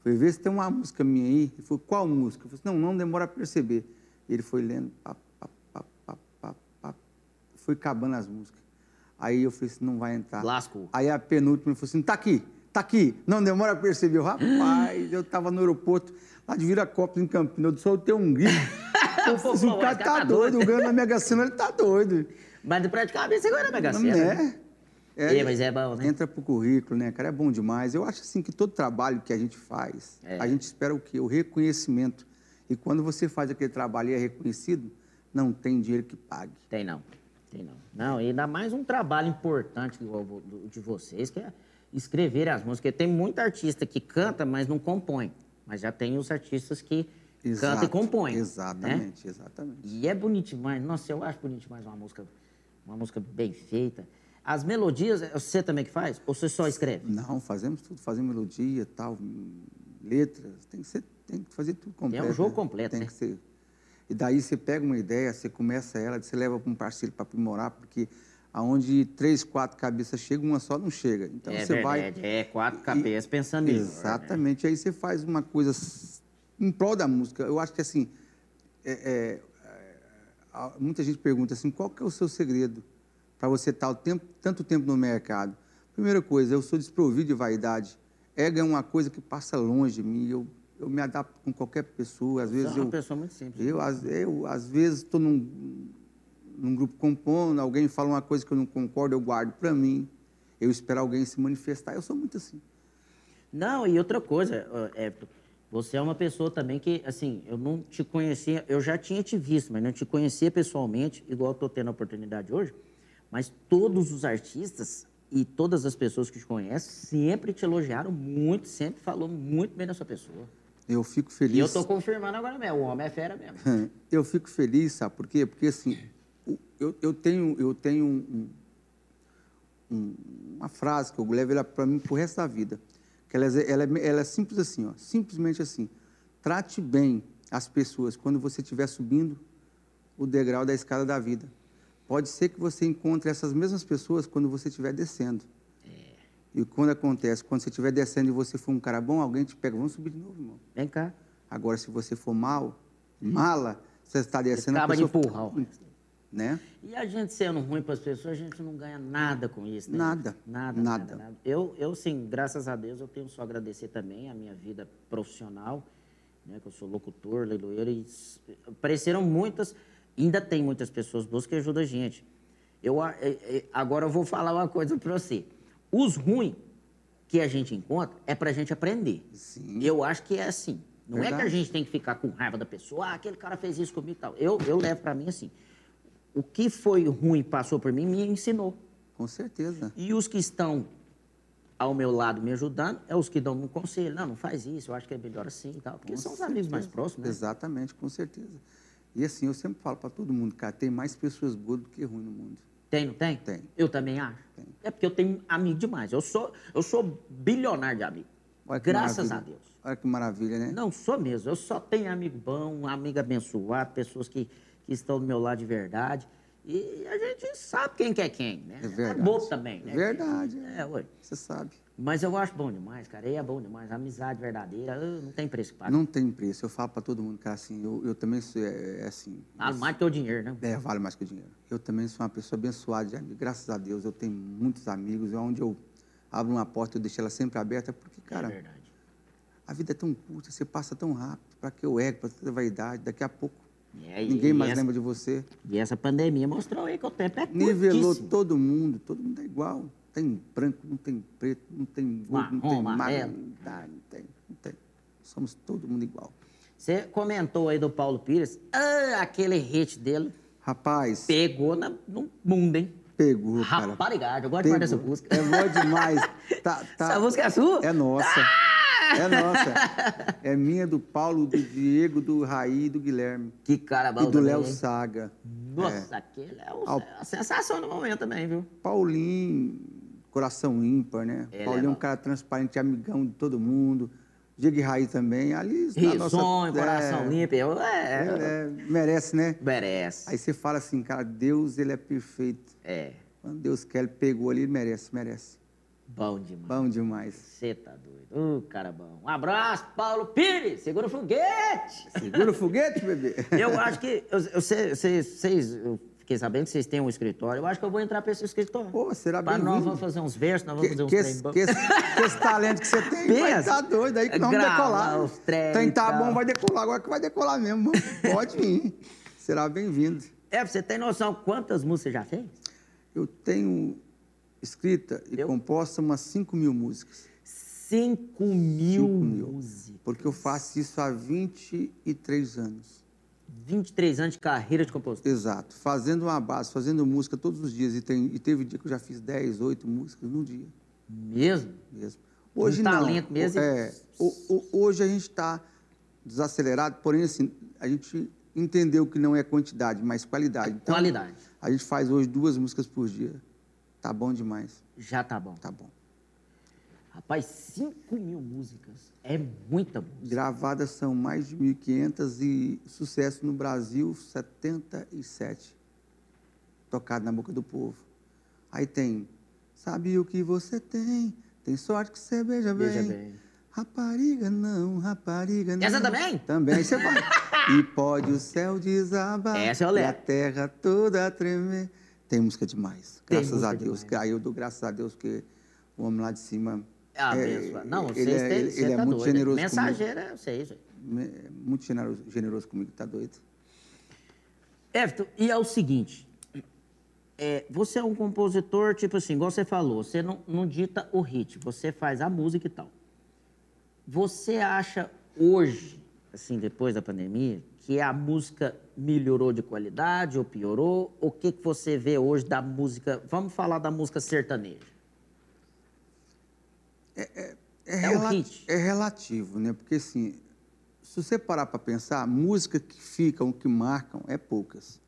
Speaker 2: Foi ver se tem uma música minha aí. Ele falou, qual música? Eu falei, assim, não, não demora a perceber. E ele foi lendo, pá, pá, pá, pá, pá, pá. foi acabando as músicas. Aí eu falei assim, não vai entrar.
Speaker 1: Lascou.
Speaker 2: Aí a penúltima falou assim: tá aqui, tá aqui. Não demora pra perceber. Eu, Rapaz, eu tava no aeroporto, lá de Viracopos, em Campinas, eu soltei um grito. Eu falei assim,
Speaker 1: Pô,
Speaker 2: o cara
Speaker 1: pô,
Speaker 2: tá doido, o ganho na Mega Sena, ele tá doido.
Speaker 1: Mas praticamente você ganhou na Mega
Speaker 2: Não
Speaker 1: Sena. né?
Speaker 2: é?
Speaker 1: É, mas é bom, né?
Speaker 2: Entra pro currículo, né, cara? É bom demais. Eu acho assim que todo trabalho que a gente faz,
Speaker 1: É.
Speaker 2: a gente espera o quê? O reconhecimento. E quando você faz aquele trabalho e é reconhecido, não tem dinheiro que pague.
Speaker 1: Tem não, tem não. Não, e ainda mais um trabalho importante igual vo- do- de vocês, que é escrever as músicas. Tem muito artista que canta, mas não compõe. Mas já tem os artistas que cantam e
Speaker 2: Exato,
Speaker 1: compõem. né?
Speaker 2: Exatamente, exatamente.
Speaker 1: E é bonito demais. Nossa, eu acho bonito demais uma música, uma música bem feita. As melodias, é você também que faz? Ou você só escreve?
Speaker 2: Não, fazemos tudo, fazemos melodia, tal, hum, letras, tem que, ser, tem que fazer tudo completo.
Speaker 1: jogo completo,
Speaker 2: Tem
Speaker 1: né?
Speaker 2: que ser. E daí você pega uma ideia, você começa ela, você leva para um parceiro para aprimorar, porque aonde três, quatro cabeças chegam, uma só não chega. Então
Speaker 1: é
Speaker 2: você
Speaker 1: verdade, é quatro cabeças pensando né?
Speaker 2: vai.
Speaker 1: nisso.
Speaker 2: Exatamente. Aí você faz uma coisa s- em prol da música. Eu acho que assim, é- é, é, a- muita gente pergunta assim, qual que é o seu segredo para você estar o tempo- tanto tempo no mercado? Primeira coisa, eu sou desprovido de vaidade. Ego é uma coisa que passa longe de mim. Eu, eu me adapto com qualquer pessoa. Às vezes
Speaker 1: é uma
Speaker 2: eu,
Speaker 1: pessoa muito simples.
Speaker 2: eu, às- eu, às vezes estou num, num grupo compondo, alguém fala uma coisa que eu não concordo, eu guardo para mim. Eu espero alguém se manifestar. Eu sou muito assim.
Speaker 1: Não, e outra coisa, ó, Everton, você é uma pessoa também que, assim, eu não te conhecia, eu já tinha te visto, mas não te conhecia pessoalmente, igual eu tô tendo a oportunidade hoje, mas todos os artistas e todas as pessoas que te conhecem sempre te elogiaram muito, sempre falou muito bem da sua pessoa.
Speaker 2: Eu fico
Speaker 1: E
Speaker 2: feliz.
Speaker 1: eu tô confirmando agora mesmo, o homem é fera mesmo.
Speaker 2: Eu fico feliz, sabe por quê? Porque assim, o- eu, eu tenho, eu tenho um- um- uma frase que eu levo para mim pro resto da vida. Que ela, é- ela é- ela é simples assim, ó, simplesmente assim. Trate bem as pessoas quando você estiver subindo o degrau da escada da vida. Pode ser que você encontre essas mesmas pessoas quando você estiver descendo.
Speaker 1: É.
Speaker 2: E quando acontece, quando você estiver descendo e você for um cara bom, alguém te pega, vamos subir de novo, irmão.
Speaker 1: Vem cá.
Speaker 2: Agora, se você for mal, mala, você está descendo
Speaker 1: Acaba de
Speaker 2: pessoa-
Speaker 1: empurrar. ó.
Speaker 2: Né?
Speaker 1: E a gente sendo ruim para as pessoas, a gente não ganha nada com isso, né?
Speaker 2: Nada.
Speaker 1: Nada, nada.
Speaker 2: Nada.
Speaker 1: nada. né? Eu, eu, sim, graças a Deus, eu tenho só a agradecer também a minha vida profissional, né? Que eu sou locutor, leiloeiro, e s- apareceram muitas, ainda tem muitas pessoas boas que ajudam a gente. Eu, a- eh, eh, agora eu vou falar uma coisa para você. Os ruins que a gente encontra é para a gente aprender.
Speaker 2: Sim.
Speaker 1: Eu acho que é assim. Não é que a
Speaker 2: Verdade.
Speaker 1: gente tem que ficar com raiva da pessoa. Ah, aquele cara fez isso comigo e tal. Eu, eu levo pra mim assim. O que foi ruim passou por mim, me ensinou.
Speaker 2: Com certeza.
Speaker 1: E os que estão ao meu lado me ajudando, é os que dão um conselho. Não, não faz isso, eu acho que é melhor assim e tal. Porque
Speaker 2: Com
Speaker 1: são os amigos mais
Speaker 2: certeza.
Speaker 1: próximos, né?
Speaker 2: Exatamente, com certeza. E assim, eu sempre falo para todo mundo, cara, tem mais pessoas boas do que ruins no mundo.
Speaker 1: Tem, não tem?
Speaker 2: Tem.
Speaker 1: Eu também acho. É porque eu tenho amigo demais. Eu sou, eu sou bilionário de amigo.
Speaker 2: Olha que
Speaker 1: Graças a
Speaker 2: maravilha.
Speaker 1: Deus.
Speaker 2: Olha que maravilha, né?
Speaker 1: Não sou mesmo. Eu só tenho amigo bom, amigo abençoado, pessoas que, que estão do meu lado de verdade. E a gente sabe quem que é quem, né?
Speaker 2: É verdade.
Speaker 1: bobo também, né?
Speaker 2: É verdade.
Speaker 1: É, ué.
Speaker 2: Você sabe.
Speaker 1: Mas eu acho bom demais, cara. E é bom demais. Amizade verdadeira, eu não tem preço que pagar.
Speaker 2: Não tem preço. Eu falo para todo mundo, cara, assim, eu, eu também sou, é, é assim...
Speaker 1: Vale mais que o dinheiro, né?
Speaker 2: É, vale mais que o dinheiro. Eu também sou uma pessoa abençoada de amigos. Graças a Deus, eu tenho muitos amigos. É onde eu abro uma porta, eu deixo ela sempre aberta, porque, cara,
Speaker 1: É verdade.
Speaker 2: A vida é tão curta, você passa tão rápido. Para que o ego, para que a vaidade? Daqui a pouco,
Speaker 1: É, e-
Speaker 2: ninguém
Speaker 1: e
Speaker 2: mais
Speaker 1: essa,
Speaker 2: lembra de você.
Speaker 1: E essa pandemia mostrou aí que o tempo é
Speaker 2: Nivelou
Speaker 1: curtíssimo.
Speaker 2: todo mundo, todo mundo é igual. Tem branco, não tem preto, não tem gordo, não
Speaker 1: Marrom,
Speaker 2: tem magro,
Speaker 1: amarelo.
Speaker 2: não, dá, não tem, não tem. Somos todo mundo igual.
Speaker 1: Você comentou aí do Paulo Pires. Ah, aquele hit dele
Speaker 2: Rapaz,
Speaker 1: pegou na, no mundo, hein?
Speaker 2: pegou, cara.
Speaker 1: Raparigada, eu gosto
Speaker 2: Pegou.
Speaker 1: demais dessa música.
Speaker 2: É bom demais. Tá, tá.
Speaker 1: Essa música é sua? Ah!
Speaker 2: É nossa. É nossa. É minha, do Paulo, do Diego, do Raí, do Guilherme.
Speaker 1: Que cara bom
Speaker 2: E do
Speaker 1: também,
Speaker 2: Léo
Speaker 1: hein?
Speaker 2: Saga.
Speaker 1: Nossa, aquele é, o,
Speaker 2: Ao-
Speaker 1: é a sensação no momento também, viu?
Speaker 2: Paulinho, coração ímpar, né?
Speaker 1: Ele é
Speaker 2: Paulinho é um
Speaker 1: bom.
Speaker 2: cara transparente, amigão de todo mundo. Diego e Raí também. Ali na
Speaker 1: Risonho,
Speaker 2: nossa-
Speaker 1: coração
Speaker 2: é,
Speaker 1: limpo. eu-
Speaker 2: é,
Speaker 1: É,
Speaker 2: é, merece, né?
Speaker 1: merece.
Speaker 2: Aí você fala assim, cara, Deus, ele é perfeito.
Speaker 1: É,
Speaker 2: Quando Deus quer, ele pegou ali, ele merece, merece.
Speaker 1: bom demais.
Speaker 2: Bom demais.
Speaker 1: Você tá doido. Ô, cara bom. Um abraço, Paulo Pires. Segura o foguete.
Speaker 2: Segura o foguete, bebê.
Speaker 1: Eu acho que. Eu, eu sei- sei- vocês, eu fiquei sabendo que vocês têm um escritório. Eu acho que eu vou entrar pra esse escritório.
Speaker 2: Pô, será
Speaker 1: Pra
Speaker 2: bem
Speaker 1: nós vamos fazer uns versos, nós vamos
Speaker 2: que,
Speaker 1: fazer uns
Speaker 2: que
Speaker 1: trem
Speaker 2: esse,
Speaker 1: bom.
Speaker 2: que, esse, que esse talento que você tem vai
Speaker 1: Pensa.
Speaker 2: tá doido aí que nós vamos
Speaker 1: Grava
Speaker 2: decolar.
Speaker 1: os trem e
Speaker 2: Tem tá
Speaker 1: tal.
Speaker 2: bom, vai decolar. Agora que vai decolar mesmo. Pode vir. Será bem-vindo.
Speaker 1: É, você tem noção quantas músicas você já fez?
Speaker 2: Eu tenho escrita e
Speaker 1: Eu?
Speaker 2: composta umas 5 mil músicas,
Speaker 1: 5 mil,
Speaker 2: Cinco mil.
Speaker 1: músicas.
Speaker 2: porque eu faço isso há 23 anos.
Speaker 1: 23 anos de carreira de compositor.
Speaker 2: Exato. Fazendo uma base, fazendo música todos os dias. E, tem- e teve dia que eu já fiz 10, 8 músicas num dia
Speaker 1: Mesmo?
Speaker 2: mesmo. Hoje não.
Speaker 1: Um talento mesmo e-
Speaker 2: É, o- o- hoje a gente está desacelerado, porém, assim, a gente entendeu que não é quantidade, mas qualidade. Então,
Speaker 1: Qualidade.
Speaker 2: A gente faz hoje duas músicas por dia. Tá bom demais.
Speaker 1: Já tá bom.
Speaker 2: Tá bom.
Speaker 1: Rapaz, 5 mil músicas é muita música.
Speaker 2: Gravadas são mais de 1.500 e sucesso no Brasil, 77. Tocado na boca do povo. Aí tem, sabe o que você tem? Tem sorte que você beija,
Speaker 1: Veja
Speaker 2: bem.
Speaker 1: bem.
Speaker 2: Rapariga não, rapariga não.
Speaker 1: Essa também?
Speaker 2: Também você vai. e pode o céu desabar.
Speaker 1: Essa eu
Speaker 2: E a
Speaker 1: levo.
Speaker 2: terra toda tremer. Tem música demais.
Speaker 1: Tem
Speaker 2: Graças a
Speaker 1: música
Speaker 2: Deus.
Speaker 1: demais.
Speaker 2: Aí eu dou graças a Deus que o homem lá de cima
Speaker 1: abençoado. Não,
Speaker 2: É, ele
Speaker 1: vocês
Speaker 2: é-
Speaker 1: têm-
Speaker 2: ele-
Speaker 1: você
Speaker 2: ele é
Speaker 1: tá
Speaker 2: muito
Speaker 1: doido.
Speaker 2: generoso
Speaker 1: Mensageiro é vocês. ué.
Speaker 2: É Muito generoso, generoso comigo, tá doido?
Speaker 1: Everton, e é o seguinte. é, você é um compositor, tipo assim, igual você falou, você não, não dita o hit, você faz a música e tal. Você acha hoje, assim, depois da pandemia, que a música melhorou de qualidade ou piorou? O que, que você vê hoje da música? Vamos falar da música sertaneja. É um
Speaker 2: rela-
Speaker 1: hit.
Speaker 2: é relativo, né? Porque assim, se você parar para pensar, música que ficam, que marcam, é poucas.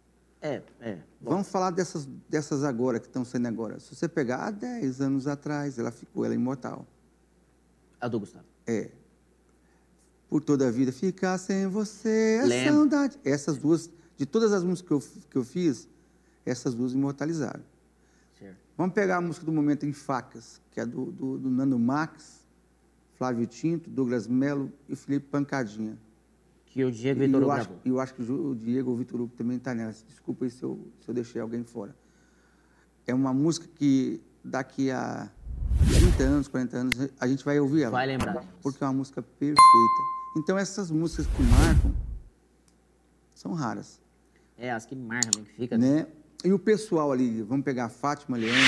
Speaker 1: É, é.
Speaker 2: Vamos falar dessas, dessas agora, que estão sendo agora. Se você pegar há 10 anos atrás, ela ficou, ela é imortal. É.
Speaker 1: A do Gustavo.
Speaker 2: Por toda a vida, ficar sem você, a
Speaker 1: Lembro.
Speaker 2: saudade. Essas duas, de todas as músicas que eu, f- que eu fiz, essas duas imortalizaram.
Speaker 1: Certo.
Speaker 2: Vamos pegar a música do momento em facas, que é do, do, do Nando Max, Flávio Tinto, Douglas Melo e Felipe Pancadinha.
Speaker 1: Que o Diego
Speaker 2: E
Speaker 1: Vitor
Speaker 2: eu,
Speaker 1: gravou.
Speaker 2: acho, eu acho que o Ju- o Diego, o Vitor Hugo também está nessa. Desculpa aí se eu, se eu deixei alguém fora. É uma música que daqui a 30 anos, 40 anos, a gente vai ouvir ela.
Speaker 1: Vai lembrar.
Speaker 2: Porque é uma música perfeita. Então, essas músicas que marcam são raras,
Speaker 1: É, as que marcam, mesmo, que fica.
Speaker 2: né? E o pessoal ali, vamos pegar a Fátima Leandro,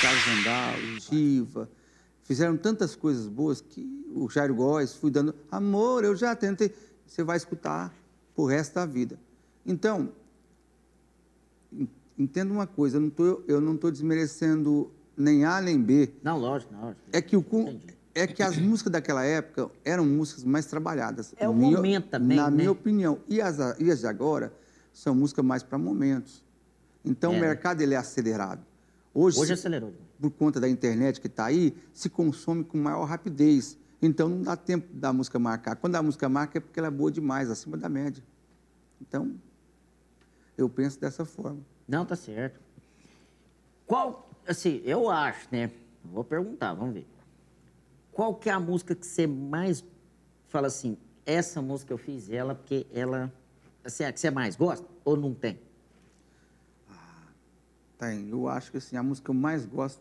Speaker 2: Carlos Vandal, Diva, fizeram tantas coisas boas que o Jairo Góes fui dando, amor, eu já tentei. Você vai escutar pro resto da vida. Então, en- entenda uma coisa, eu não tô, eu não estou desmerecendo nem A nem B.
Speaker 1: Não, lógico, não, lógico.
Speaker 2: É que, o, cu-
Speaker 1: Entendi.
Speaker 2: é que as músicas daquela época eram músicas mais trabalhadas.
Speaker 1: É o
Speaker 2: Minha-
Speaker 1: momento também,
Speaker 2: Na
Speaker 1: né?
Speaker 2: minha opinião. E as, a- e as de agora são músicas mais para momentos. Então,
Speaker 1: É,
Speaker 2: o
Speaker 1: né?
Speaker 2: mercado ele é acelerado. Hoje,
Speaker 1: Hoje é-
Speaker 2: se-
Speaker 1: acelerou.
Speaker 2: por conta da internet que está aí, se consome com maior rapidez. Então, não dá tempo da música marcar. Quando a música marca, é porque ela é boa demais, acima da média. Então, eu penso dessa forma.
Speaker 1: Não, tá certo. Qual, assim, eu acho, né? Vou perguntar, vamos ver. Qual que é a música que você mais fala assim, essa música eu fiz ela porque ela, assim, é a que você mais gosta ou não tem?
Speaker 2: Tá, hein? eu acho que assim, a música que eu mais gosto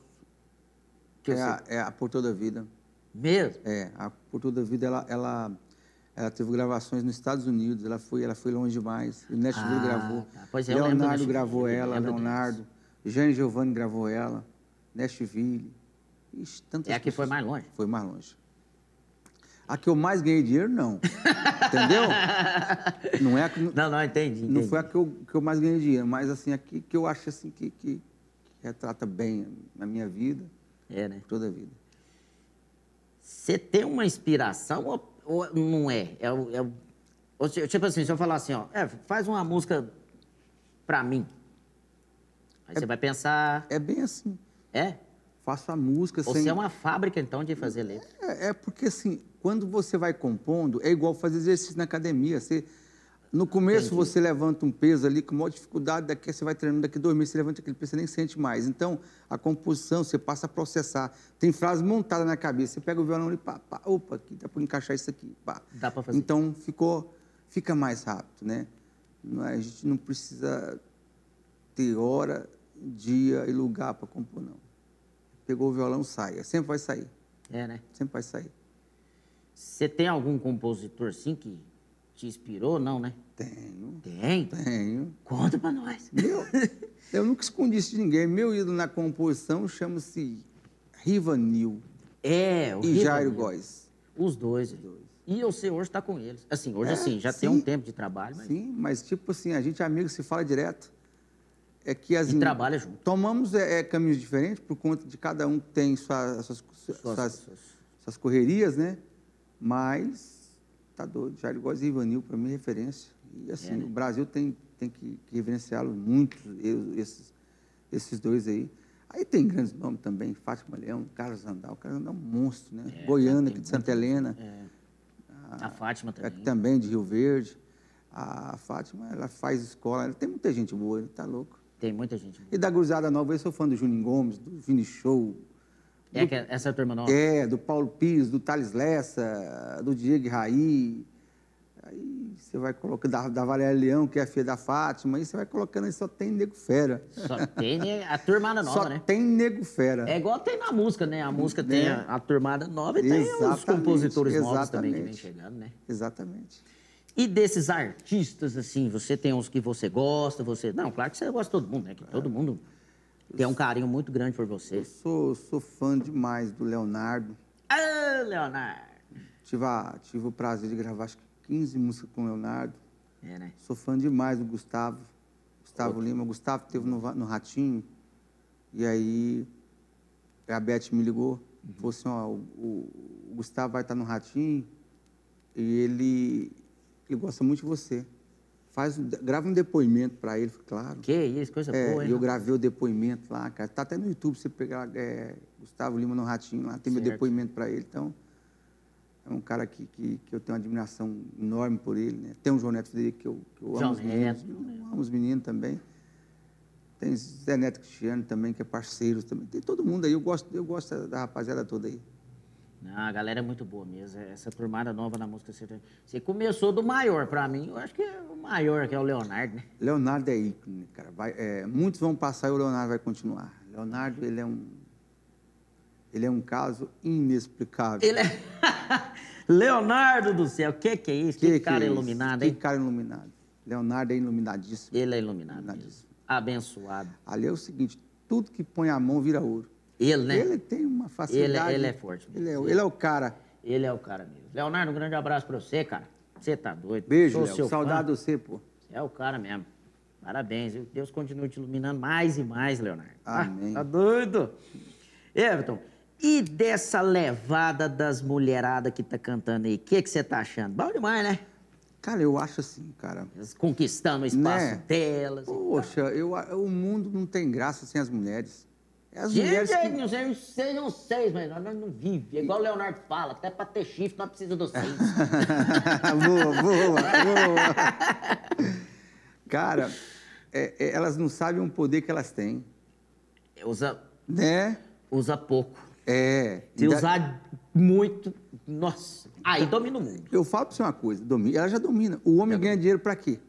Speaker 1: Que eu
Speaker 2: é
Speaker 1: sei.
Speaker 2: a- é a Por Toda a Vida.
Speaker 1: Mesmo?
Speaker 2: É, a Por Toda a Vida, ela, ela, ela teve gravações nos Estados Unidos, ela foi, ela foi longe demais. O Nashville
Speaker 1: Ah,
Speaker 2: gravou.
Speaker 1: tá. Pois é, eu lembro do
Speaker 2: Leonardo
Speaker 1: Nashville,
Speaker 2: gravou
Speaker 1: eu
Speaker 2: ela,
Speaker 1: lembro
Speaker 2: Leonardo. Jean Giovanni gravou ela, Nashville. Ixi, tantas
Speaker 1: É a que foi
Speaker 2: pessoas.
Speaker 1: mais longe?
Speaker 2: Foi mais longe. A que eu mais ganhei dinheiro, não. Entendeu? Não é a que, não,
Speaker 1: Não, não, entendi, entendi.
Speaker 2: foi a que eu, que eu mais ganhei dinheiro, mas assim, a que, que eu acho assim que, que retrata bem a minha vida,
Speaker 1: É, né?
Speaker 2: toda a vida.
Speaker 1: Você tem uma inspiração ou, ou não é? É o- é o- ou se- tipo assim, se eu falar assim, ó, é, faz uma música pra mim. Aí você vai pensar,
Speaker 2: É bem assim.
Speaker 1: é?
Speaker 2: Faço a música
Speaker 1: Ou
Speaker 2: sem.
Speaker 1: você é uma fábrica, então, de fazer letra.
Speaker 2: É, é porque assim, quando você vai compondo, é igual fazer exercício na academia. Você, no começo você levanta um peso ali com maior dificuldade, daqui você vai treinando, daqui dois meses você levanta aquele peso, você nem sente mais. Então, a composição você passa a processar. Tem frase montada na cabeça, você pega o violão e pá, pá, opa, aqui dá para encaixar isso aqui, pá.
Speaker 1: Dá pra fazer.
Speaker 2: Então ficou, fica mais rápido, né? Não é- A gente não precisa ter hora, dia e lugar para compor, não. Pegou o violão, sai. Sempre vai sair,
Speaker 1: É, né?
Speaker 2: sempre vai sair.
Speaker 1: Você tem algum compositor, sim, que te inspirou? Não, né?
Speaker 2: Tenho,
Speaker 1: Tem?
Speaker 2: tenho.
Speaker 1: Conta pra nós.
Speaker 2: Meu, eu nunca escondi isso de ninguém. Meu ídolo na composição chama-se Rivanil
Speaker 1: É, o
Speaker 2: e
Speaker 1: Riva-
Speaker 2: Jairo Góes.
Speaker 1: Os dois. E você hoje tá com eles. Assim, hoje,
Speaker 2: É,
Speaker 1: assim, já
Speaker 2: sim.
Speaker 1: tem um tempo de trabalho, mas
Speaker 2: Sim, mas tipo assim, a gente é amigo, se fala direto. É que as
Speaker 1: e trabalha junto.
Speaker 2: tomamos é, é, caminhos diferentes por conta de cada um tem sua- suas,
Speaker 1: Suas-
Speaker 2: suas-
Speaker 1: suas-
Speaker 2: suas correrias, né? Mas tá doido. Jair Góes e Ivanil, para mim, é referência. E assim, o Brasil tem, tem que, que reverenciá-los muito, eu- esses, esses dois aí. Aí tem grandes nomes também, Fátima Leão, Carlos Andal. Carlos Andal é um monstro, né? Goiânia, aqui de Santa Helena, Ah,
Speaker 1: a Fátima
Speaker 2: aqui
Speaker 1: também.
Speaker 2: também de Rio Verde. A Fátima, ela faz escola, ela tem muita gente boa, ele tá louco.
Speaker 1: Tem muita gente.
Speaker 2: E da gurizada nova, eu sou fã do Juninho Gomes, do Vini Show,
Speaker 1: É que essa turma nova.
Speaker 2: É, do Paulo Pires, do Thales Lessa, do Diego Raí, Aí você vai colocando da, da Valéria Leão, que é a filha da Fátima, aí você vai colocando aí só tem nego fera.
Speaker 1: Só tem né, a turmada nova,
Speaker 2: só
Speaker 1: né?
Speaker 2: tem nego fera.
Speaker 1: É igual tem na música, né? A música tem
Speaker 2: Né?
Speaker 1: a, a turmada nova e tem os
Speaker 2: Exatamente,
Speaker 1: compositores novos também que vem
Speaker 2: exatamente.
Speaker 1: chegando, né?
Speaker 2: Exatamente.
Speaker 1: E desses artistas, assim, você tem uns que você gosta, você. Não, claro que você gosta de todo mundo, né? Que todo mundo tem um carinho muito grande por você.
Speaker 2: Sou, sou fã demais do Leonardo.
Speaker 1: Ah, Leonardo!
Speaker 2: Tive, a- tive o prazer de gravar acho que 15 músicas com o Leonardo.
Speaker 1: É, né?
Speaker 2: Sou fã demais do Gustavo. Gustavo Lima. O Gustavo teve no, Va- no Ratinho. E aí a Beth me ligou. Falou assim, ó, o, o- o Gustavo vai estar no Ratinho e ele, ele gosta muito de você. Faz, um- grava um depoimento para ele, Eu falei, claro.
Speaker 1: Que isso, coisa
Speaker 2: É,
Speaker 1: boa, né?
Speaker 2: e
Speaker 1: hein?
Speaker 2: eu gravei o depoimento lá, cara. Tá até no YouTube, você pegar é, Gustavo Lima no Ratinho lá, tem meu
Speaker 1: Certo.
Speaker 2: depoimento pra ele. Então, é um cara que, que, que eu tenho uma admiração enorme por ele, né? Tem o João Neto Federico, que eu, que eu
Speaker 1: João
Speaker 2: amo os meninos.
Speaker 1: Neto,
Speaker 2: Eu amo os meninos também. Tem Zé Neto Cristiano também, que é parceiro também. Tem todo mundo aí, eu gosto, eu gosto da- da rapaziada toda aí.
Speaker 1: Não, a galera é muito boa mesmo. Essa turmada nova na música sertaneja. Você começou do maior pra mim. Eu acho que é o maior, que é o Leonardo, né?
Speaker 2: Leonardo é ícone, cara. Vai- é, muitos vão passar e o Leonardo vai continuar. Leonardo, ele é um... Ele é um caso inexplicável.
Speaker 1: Ele é. Leonardo do céu, que que é isso? Que, cara
Speaker 2: é isso?
Speaker 1: iluminado,
Speaker 2: Que
Speaker 1: hein?
Speaker 2: cara iluminado. Leonardo é iluminadíssimo.
Speaker 1: Ele é iluminado. Mesmo.
Speaker 2: Iluminadíssimo.
Speaker 1: Abençoado.
Speaker 2: Ali é o seguinte, tudo que põe a mão vira ouro.
Speaker 1: Ele, né? Ele...
Speaker 2: Ele tem uma facilidade.
Speaker 1: ele é forte mesmo.
Speaker 2: Ele é, o- ele é o cara.
Speaker 1: é o cara mesmo. Leonardo, um grande abraço pra você, cara. Você tá doido.
Speaker 2: Beijo,
Speaker 1: Sou
Speaker 2: Léo.
Speaker 1: seu fã.
Speaker 2: Saudade de você, pô.
Speaker 1: Você É o cara mesmo. Parabéns. viu? Deus continue te iluminando mais e mais, Leonardo. Ah,
Speaker 2: Amém.
Speaker 1: tá doido? Everton, e dessa levada das mulheradas que tá cantando aí? O que que você tá achando? Bom demais, né?
Speaker 2: Cara, eu acho assim, cara.
Speaker 1: Elas Conquistando o espaço
Speaker 2: Né?
Speaker 1: delas.
Speaker 2: Poxa, eu, a- o mundo não tem graça sem as mulheres. É as mulheres
Speaker 1: Gente,
Speaker 2: que...
Speaker 1: aí, não sei, não sei, não sei, mas nós não vive. É igual o Leonardo fala, até pra ter chifre nós precisamos de vocês.
Speaker 2: boa, boa, boa. Cara, é- é- elas não sabem o poder que elas têm,
Speaker 1: usa,
Speaker 2: né?
Speaker 1: usa pouco.
Speaker 2: É.
Speaker 1: Se
Speaker 2: ainda- Então
Speaker 1: usar muito, nossa, aí domina o mundo.
Speaker 2: Eu falo pra você uma coisa, domina. Ela já domina. O homem ganha dinheiro pra quê?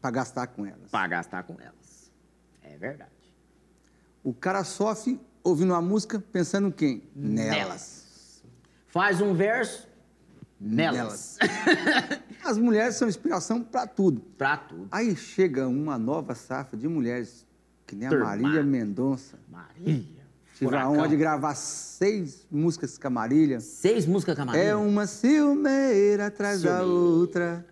Speaker 2: Pra gastar com elas.
Speaker 1: Pra gastar com elas. É verdade.
Speaker 2: O cara sofre ouvindo uma música pensando em quem?
Speaker 1: Nelas. Faz um verso, nelas.
Speaker 2: As mulheres são inspiração pra tudo.
Speaker 1: pra tudo.
Speaker 2: Aí chega uma nova safra de mulheres, que nem a
Speaker 1: Turma.
Speaker 2: Marília Mendonça. Hum.
Speaker 1: Maria.
Speaker 2: Tive a
Speaker 1: furacão.
Speaker 2: honra de gravar seis músicas com a Marília.
Speaker 1: Seis músicas com a Maria.
Speaker 2: É uma ciumeira atrás da
Speaker 1: Ciumeira.
Speaker 2: outra.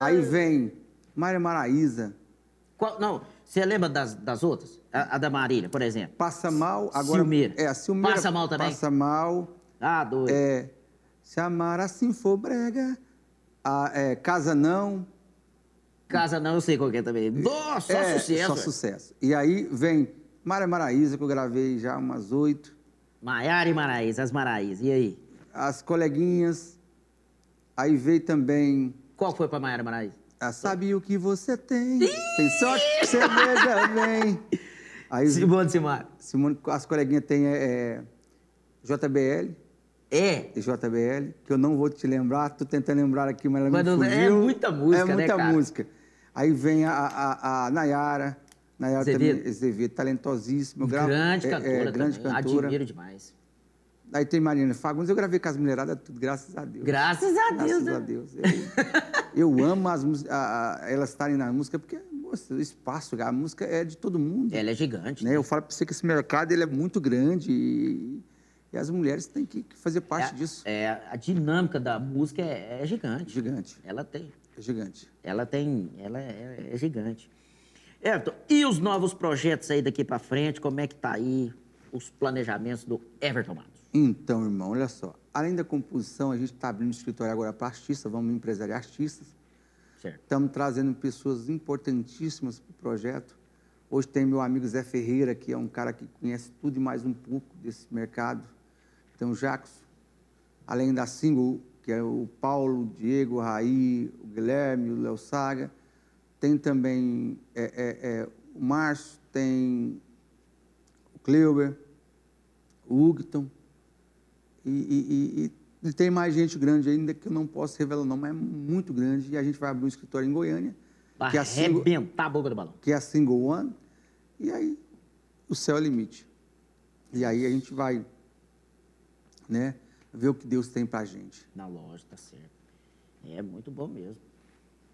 Speaker 2: Aí vem Maria Maraíza.
Speaker 1: Qual- não, você lembra das, das outras? A, a da Marília, por exemplo.
Speaker 2: Passa mal, agora.
Speaker 1: Ciumeira.
Speaker 2: É, a ciumeira.
Speaker 1: Passa mal também?
Speaker 2: Passa mal.
Speaker 1: Ah, doido.
Speaker 2: É, se amar assim for brega, a- é, casa não.
Speaker 1: Casa não, eu sei qual que é também. Nossa, só
Speaker 2: é,
Speaker 1: sucesso.
Speaker 2: Só
Speaker 1: velho.
Speaker 2: sucesso. E aí vem Maria Maraíza, que eu gravei já umas oito.
Speaker 1: Maiara e Maraís, as Maraís. E aí?
Speaker 2: As coleguinhas. Aí veio também
Speaker 1: Qual foi pra Maiara e Maraís?
Speaker 2: a Sabe o que você tem? Tem só que você veja bem. Aí
Speaker 1: Simone Simar.
Speaker 2: Simone- as coleguinhas tem é, JBL.
Speaker 1: É.
Speaker 2: JBL, que eu não vou te lembrar, tô tentando lembrar aqui, mas ela
Speaker 1: Mas
Speaker 2: me
Speaker 1: não-
Speaker 2: fugiu.
Speaker 1: é muita música, né,
Speaker 2: É muita
Speaker 1: cara?
Speaker 2: música. Aí vem a, a, a Nayara, Nayara
Speaker 1: Azevedo.
Speaker 2: também, Azevedo, talentosíssima. eu gravo-
Speaker 1: Grande
Speaker 2: é- é,
Speaker 1: cantora
Speaker 2: grande
Speaker 1: também.
Speaker 2: cantora.
Speaker 1: Admiro demais.
Speaker 2: Aí tem Marina Fagundes, eu gravei com as mulheradas tudo, graças a Deus.
Speaker 1: Graças a Deus.
Speaker 2: Graças a
Speaker 1: né?
Speaker 2: Deus. Eu, eu amo as mús- a- a- elas estarem na música, porque, moça, o espaço, a música é de todo mundo.
Speaker 1: Ela é gigante.
Speaker 2: né? Eu falo pra você que esse mercado, ele é muito grande e, e as mulheres têm que, que fazer parte
Speaker 1: É-
Speaker 2: disso.
Speaker 1: É, a dinâmica da música é, é gigante.
Speaker 2: Gigante,
Speaker 1: Ela tem.
Speaker 2: É gigante.
Speaker 1: Ela tem. Ela é, é gigante. Everton, e os novos projetos aí daqui pra frente? Como é que tá aí os planejamentos do Everton Matos?
Speaker 2: Então, irmão, olha só. Além da composição, a gente está abrindo um escritório agora para artistas, vamos empresariar artistas.
Speaker 1: Certo.
Speaker 2: Estamos trazendo pessoas importantíssimas para o projeto. Hoje tem meu amigo Zé Ferreira, que é um cara que conhece tudo e mais um pouco desse mercado. Tem o Jackson, além da single, que é o Paulo, o Diego, o Raí, o Guilherme, o Léo Saga. Tem também é, é, é, o Márcio, tem o Cleuber, o Hugton. E, e- e- e E tem mais gente grande ainda que eu não posso revelar não, mas é muito grande. E a gente vai abrir um escritório em Goiânia.
Speaker 1: Pra
Speaker 2: que é a single-
Speaker 1: arrebentar a boca do balão.
Speaker 2: que é a Single One, e aí o céu é o limite. E aí a gente vai, né, ver o que Deus tem pra gente.
Speaker 1: Na loja, tá certo. É muito bom mesmo.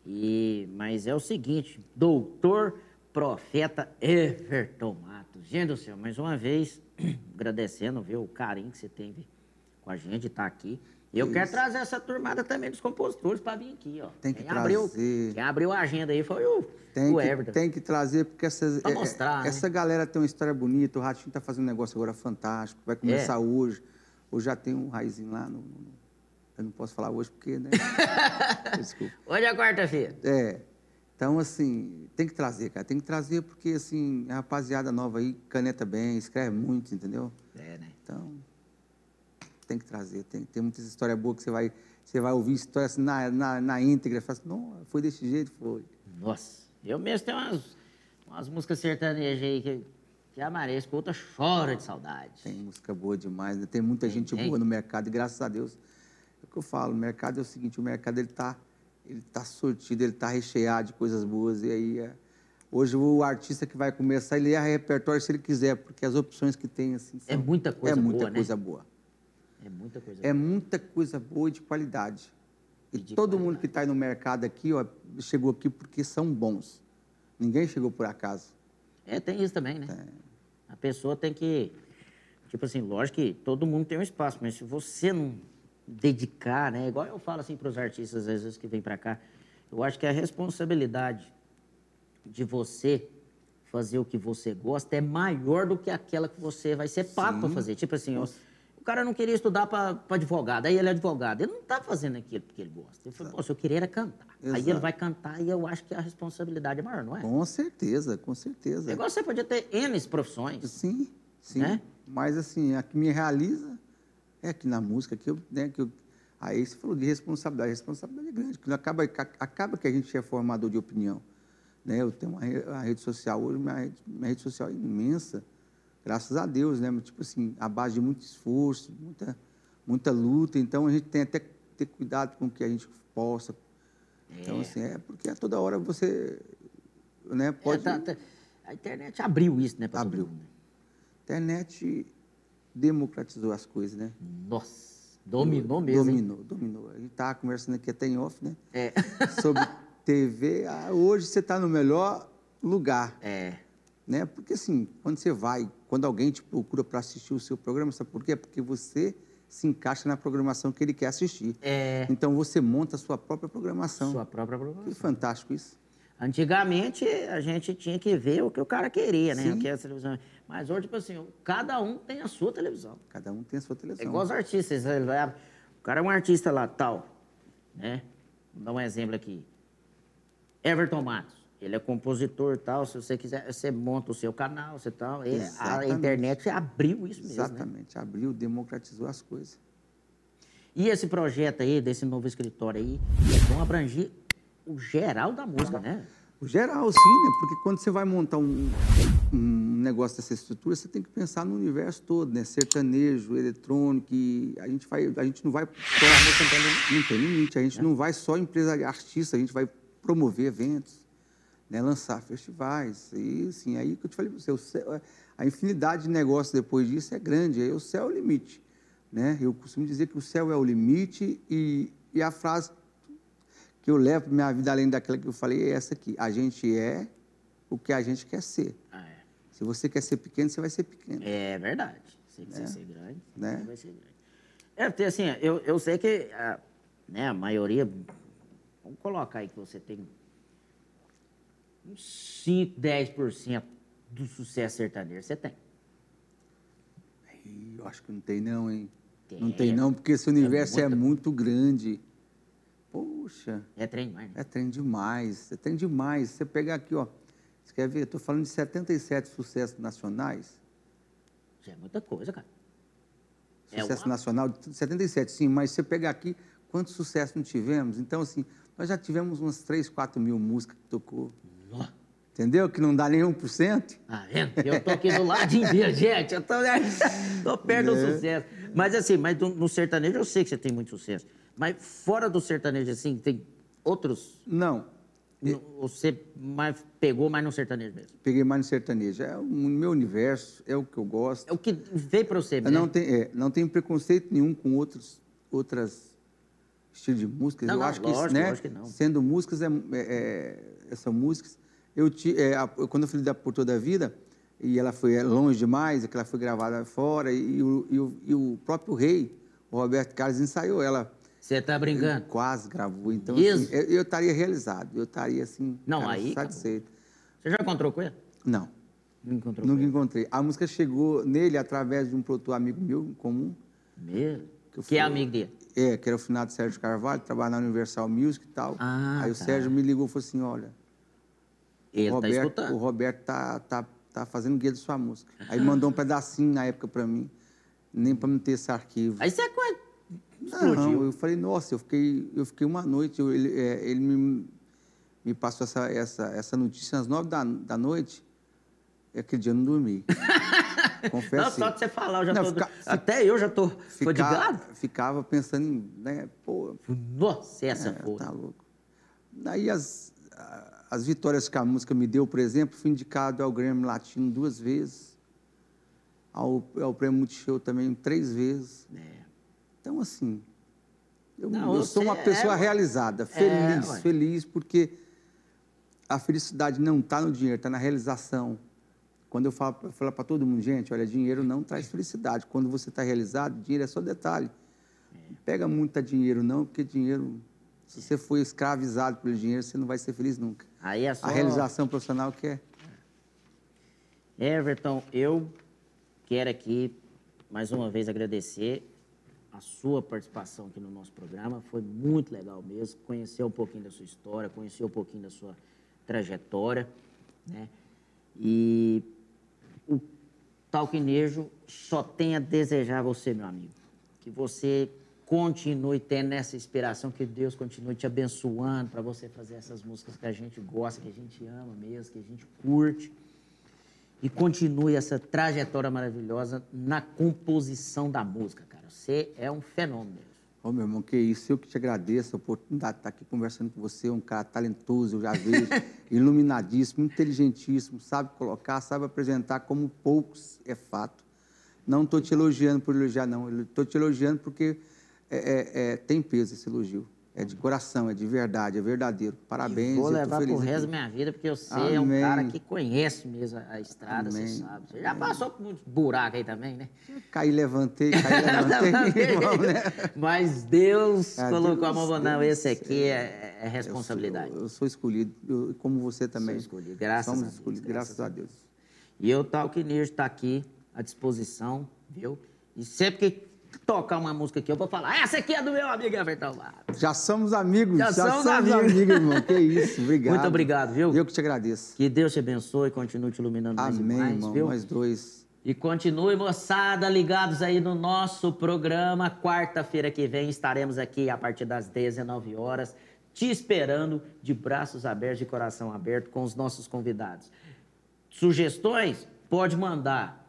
Speaker 1: E, mas é o seguinte, doutor profeta Everton Matos. Gente do céu, mais uma vez, agradecendo, viu, o carinho que você teve com a gente, tá aqui. E eu quero trazer essa turmada também dos compositores pra vir aqui, ó.
Speaker 2: Tem que
Speaker 1: quem abriu,
Speaker 2: trazer.
Speaker 1: Quem abriu a agenda aí foi o,
Speaker 2: Tem,
Speaker 1: o
Speaker 2: que,
Speaker 1: Everton.
Speaker 2: tem que trazer, porque essas,
Speaker 1: Pra
Speaker 2: é- é-
Speaker 1: mostrar, né?
Speaker 2: essa galera tem uma história bonita, o Ratinho tá fazendo um negócio agora fantástico,
Speaker 1: É.
Speaker 2: vai começar hoje. Hoje já tem um raizinho lá no. no- eu não posso falar hoje porque, né? Desculpa.
Speaker 1: Hoje é quarta-feira.
Speaker 2: É. Então, assim, tem que trazer, cara. Tem que trazer porque, assim, a rapaziada nova aí caneta bem, escreve muito, entendeu?
Speaker 1: É, né?
Speaker 2: Então, tem que trazer. Tem, tem muitas histórias boas que você vai, você vai ouvir história assim, na, na, na íntegra. Fala assim, não, foi desse jeito, foi.
Speaker 1: Nossa, eu mesmo tenho umas, umas músicas sertanejas aí que, que a Maria escuta, chora de saudade.
Speaker 2: Tem música boa demais, né? tem muita gente
Speaker 1: tem.
Speaker 2: boa no mercado, e graças a Deus. É o que eu falo, o mercado é o seguinte, o mercado ele tá, ele tá sortido, ele tá recheado de coisas boas. E aí, é- hoje o artista que vai começar, ele erra repertório se ele quiser, porque as opções que tem, assim,
Speaker 1: É muita coisa
Speaker 2: é muita
Speaker 1: boa, né?
Speaker 2: coisa boa.
Speaker 1: É muita coisa.
Speaker 2: É muita coisa boa e de qualidade. E,
Speaker 1: E de
Speaker 2: todo mundo que está aí no mercado aqui, ó, chegou aqui porque são bons. Ninguém chegou por acaso.
Speaker 1: É, tem isso também, né? A pessoa tem que. Tipo assim, lógico que todo mundo tem um espaço, mas se você não dedicar, né? Igual eu falo assim para os artistas, às vezes, que vêm para cá, eu acho que a responsabilidade de você fazer o que você gosta é maior do que aquela que você vai ser pago para fazer. Tipo assim, ó, o cara não queria estudar para advogado, aí ele é advogado. Ele não tá fazendo aquilo porque ele gosta. Ele falou, pô, se eu queria era cantar. Aí ele
Speaker 2: Exato.
Speaker 1: vai cantar e eu acho que a responsabilidade é maior, não é?
Speaker 2: Com certeza, com certeza.
Speaker 1: Igual você podia ter N profissões.
Speaker 2: Sim, sim.
Speaker 1: Né?
Speaker 2: Mas assim, a que me realiza é que na música que eu, né, que eu- aí você falou de responsabilidade, a responsabilidade é grande, que não acaba acaba que a gente é formador de opinião, né? Eu tenho uma, re- uma rede social hoje, minha rede, minha rede social é imensa, graças a Deus, né? Tipo assim, a base de muito esforço, muita muita luta, então a gente tem até que ter cuidado com o que a gente possa. Então assim, é porque a toda hora você né, pode
Speaker 1: É, tá- tá- a internet abriu isso, né? Pra
Speaker 2: Abriu.
Speaker 1: Todo mundo.
Speaker 2: internet democratizou as coisas, né?
Speaker 1: Nossa, dominou mesmo. hein?
Speaker 2: Dominou, dominou. A gente estava conversando aqui até em off, né?
Speaker 1: É.
Speaker 2: Sobre TV. Ah, hoje você está no melhor lugar,
Speaker 1: É.
Speaker 2: né? Porque assim, quando você vai, quando alguém te procura para assistir o seu programa, sabe por quê? Porque você se encaixa na programação que ele quer assistir.
Speaker 1: É.
Speaker 2: Então você monta a sua própria programação.
Speaker 1: Sua própria
Speaker 2: Que
Speaker 1: programação.
Speaker 2: fantástico isso.
Speaker 1: Antigamente, a gente tinha que ver o que o cara queria, né?
Speaker 2: Sim.
Speaker 1: O que a televisão. Mas hoje, tipo assim, cada um tem a sua televisão.
Speaker 2: Cada um tem a sua
Speaker 1: É
Speaker 2: televisão.
Speaker 1: igual os artistas. ele vai- O cara é um artista lá, tal, né? Vou dar um exemplo aqui. Everton Matos. Ele é compositor tal. Se você quiser, você monta o seu canal, você tal. E a
Speaker 2: Exatamente.
Speaker 1: internet abriu isso mesmo, né?
Speaker 2: Exatamente. Abriu, democratizou as coisas.
Speaker 1: E esse projeto aí, desse novo escritório aí, eles vão abranger o geral da música, né?
Speaker 2: O geral, sim, né? Porque quando você vai montar um, um negócio dessa estrutura, você tem que pensar no universo todo, né? Sertanejo, eletrônico, e a gente, vai, a gente não vai só... Não tem limite, É. a gente não vai só empresa artista, a gente vai promover eventos, né? lançar festivais, e assim, aí que eu te falei pra você, o céu- a infinidade de negócios depois disso é grande, aí o céu é o limite, né? Eu costumo dizer que o céu é o limite e, e a frase que eu levo para minha vida além daquela que eu falei é essa aqui. A gente é o que a gente quer ser.
Speaker 1: Ah, é.
Speaker 2: Se você quer ser pequeno, você vai ser pequeno.
Speaker 1: É verdade. Se quiser ser grande,
Speaker 2: Né?
Speaker 1: você vai ser grande. É, porque assim, eu, eu sei que a, né, a maioria. Vamos colocar aí que você tem uns 5, 10% do sucesso sertanejo. Você tem.
Speaker 2: Ih, eu acho que não tem não, hein?
Speaker 1: Tem.
Speaker 2: Não tem não, porque esse universo é
Speaker 1: muita-
Speaker 2: muito grande. Poxa,
Speaker 1: É trem mais, né?
Speaker 2: é trem demais, é trem demais. Você pegar aqui, ó, você quer ver? Eu tô falando de 77 sucessos nacionais.
Speaker 1: Já é muita coisa, cara. É
Speaker 2: Sucesso
Speaker 1: uma-
Speaker 2: nacional de 77, sim, mas se você pegar aqui, quantos sucessos não tivemos? Então, assim, nós já tivemos umas 3, 4 mil músicas que tocou.
Speaker 1: Nó.
Speaker 2: Entendeu? Que não dá nem 1%.
Speaker 1: Tá vendo? Eu tô aqui do ladinho dele, gente. Eu tô, tô né? perto do sucesso. Mas assim, mas do- no sertanejo eu sei que você tem muito sucesso. Mas fora do sertanejo, assim, tem outros.
Speaker 2: Não,
Speaker 1: No- Você mais pegou mais no sertanejo mesmo.
Speaker 2: peguei mais no sertanejo. É o meu universo, é o que eu gosto.
Speaker 1: É o que veio pra você né?
Speaker 2: Eu
Speaker 1: mesmo.
Speaker 2: não, tem, é, não tenho preconceito nenhum com outros outras estilos de músicas.
Speaker 1: Não,
Speaker 2: eu
Speaker 1: não,
Speaker 2: acho que
Speaker 1: lógico,
Speaker 2: isso, né?
Speaker 1: lógico que não.
Speaker 2: Sendo músicas, é, é- é- são músicas. Eu ti- é, a- quando eu falei da Por Toda a Vida, e ela foi é, longe demais, é que ela foi gravada fora, e, o, e o- e o próprio rei, o Roberto Carlos, ensaiou ela.
Speaker 1: Você tá brincando?
Speaker 2: Quase gravou. Então,
Speaker 1: Isso.
Speaker 2: assim, eu eu estaria realizado, eu estaria assim,
Speaker 1: Não, aí acabou.
Speaker 2: satisfeito.
Speaker 1: Você já encontrou com ele?
Speaker 2: Não.
Speaker 1: Não encontrou
Speaker 2: Nunca
Speaker 1: com ele.
Speaker 2: encontrei. A música chegou nele através de um produtor amigo meu, em comum,
Speaker 1: Mesmo?
Speaker 2: Que eu
Speaker 1: Que é
Speaker 2: fui-
Speaker 1: amigo dele.
Speaker 2: é, que era o finado Sérgio Carvalho, trabalhava na Universal Music e tal.
Speaker 1: Ah,
Speaker 2: Aí o
Speaker 1: tá.
Speaker 2: Sérgio me ligou e falou assim, olha,
Speaker 1: Ele
Speaker 2: Roberto-
Speaker 1: tá escutando.
Speaker 2: o Roberto tá, tá, tá fazendo guia de sua música. Aí mandou um pedacinho na época pra mim, nem pra não ter esse arquivo.
Speaker 1: Aí você quase
Speaker 2: Não,
Speaker 1: explodiu.
Speaker 2: eu falei, nossa, eu fiquei, eu fiquei uma noite, eu- ele, é, ele me, me passou essa, essa, essa notícia às nove da, da noite, e aquele dia eu não dormi. Confesso.
Speaker 1: Não, só de você falar, eu já
Speaker 2: assim. Não,
Speaker 1: tô.
Speaker 2: fica- fica-
Speaker 1: Até eu já tô
Speaker 2: Fica-
Speaker 1: fadigado.
Speaker 2: Ficava pensando em, né, pô,
Speaker 1: Nossa, essa
Speaker 2: É,
Speaker 1: porra.
Speaker 2: Tá louco. Daí as, a- as vitórias que a música me deu, por exemplo, fui indicado ao Grammy Latino duas vezes, ao, ao Prêmio Multishow também três vezes.
Speaker 1: É.
Speaker 2: Então, assim, eu,
Speaker 1: Não,
Speaker 2: eu sou
Speaker 1: você
Speaker 2: uma
Speaker 1: é-
Speaker 2: pessoa realizada, feliz,
Speaker 1: ué.
Speaker 2: feliz, porque a felicidade não está no dinheiro, está na realização. Quando eu falo, eu falo para todo mundo, gente, olha, dinheiro não traz felicidade. Quando você está realizado, dinheiro é só detalhe. Não pega muito a dinheiro, não, porque dinheiro, se você for escravizado pelo dinheiro, você não vai ser feliz nunca.
Speaker 1: Aí é só.
Speaker 2: A realização profissional que é.
Speaker 1: Everton, eu quero aqui mais uma vez agradecer a sua participação aqui no nosso programa. Foi muito legal mesmo conhecer um pouquinho da sua história, conhecer um pouquinho da sua trajetória, né? E o Talquinejo só tem a desejar a você, meu amigo, que você continue tendo essa inspiração, que Deus continue te abençoando para você fazer essas músicas que a gente gosta, que a gente ama mesmo, que a gente curte e continue essa trajetória maravilhosa na composição da música, cara. Você é um fenômeno.
Speaker 2: Ô, meu irmão, que isso, eu que te agradeço a oportunidade de estar aqui conversando com você, um cara talentoso, eu já vejo, iluminadíssimo, inteligentíssimo, sabe colocar, sabe apresentar como poucos, é fato. Não estou te elogiando por elogiar, não, estou te elogiando porque é- é- é, tem peso esse elogio, é de coração, é de verdade, é verdadeiro. Parabéns,
Speaker 1: Vou
Speaker 2: eu tô
Speaker 1: levar pro
Speaker 2: feliz aqui.
Speaker 1: resto da minha vida, porque você é um
Speaker 2: Amém.
Speaker 1: cara que conhece mesmo a a estrada, você
Speaker 2: Amém.
Speaker 1: sabe. Você já passou por muitos buracos aí também, né?
Speaker 2: Caí, levantei, caí, levantei, irmão, né?
Speaker 1: Mas Deus
Speaker 2: Ah,
Speaker 1: colocou a
Speaker 2: Deus,
Speaker 1: mão. Não,
Speaker 2: Deus,
Speaker 1: esse aqui é, é responsabilidade.
Speaker 2: Eu, eu sou escolhido, eu- como você também.
Speaker 1: escolhido, graças
Speaker 2: Somos
Speaker 1: a Deus,
Speaker 2: escolhidos,
Speaker 1: graças
Speaker 2: graças
Speaker 1: a
Speaker 2: a Deus.
Speaker 1: E eu, Talquinejo, está aqui à disposição, viu? E sempre que tocar uma música aqui, eu vou falar: essa aqui é do meu amigo Everton Barros.
Speaker 2: Já somos amigos,
Speaker 1: Já
Speaker 2: já,
Speaker 1: somos
Speaker 2: somos,
Speaker 1: amigos.
Speaker 2: amigos. irmão. Que isso, obrigado.
Speaker 1: Muito obrigado, viu?
Speaker 2: Eu que te agradeço.
Speaker 1: Que Deus te abençoe, continue te iluminando mais
Speaker 2: Amém,
Speaker 1: e mais,
Speaker 2: irmão.
Speaker 1: viu?
Speaker 2: Nós dois.
Speaker 1: E continue, moçada, ligados aí no nosso programa. Quarta-feira que vem estaremos aqui a partir das 19 horas, te esperando de braços abertos e coração aberto com os nossos convidados. Sugestões? Pode mandar.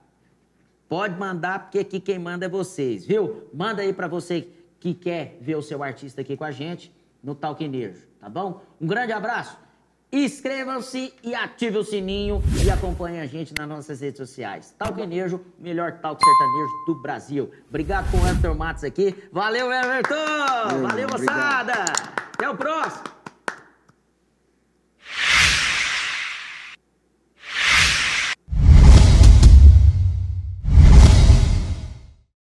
Speaker 1: Pode mandar, porque aqui quem manda é vocês, viu? Manda aí pra você que quer ver o seu artista aqui com a gente no Talquinejo, tá bom? Um grande abraço, inscrevam-se e ative o sininho e acompanhe a gente nas nossas redes sociais. Talquinejo, o melhor talco sertanejo do Brasil. Obrigado com o Everton Matos aqui. Valeu, Everton!
Speaker 2: Valeu,
Speaker 1: Valeu,
Speaker 2: obrigado.
Speaker 1: moçada! Até o próximo!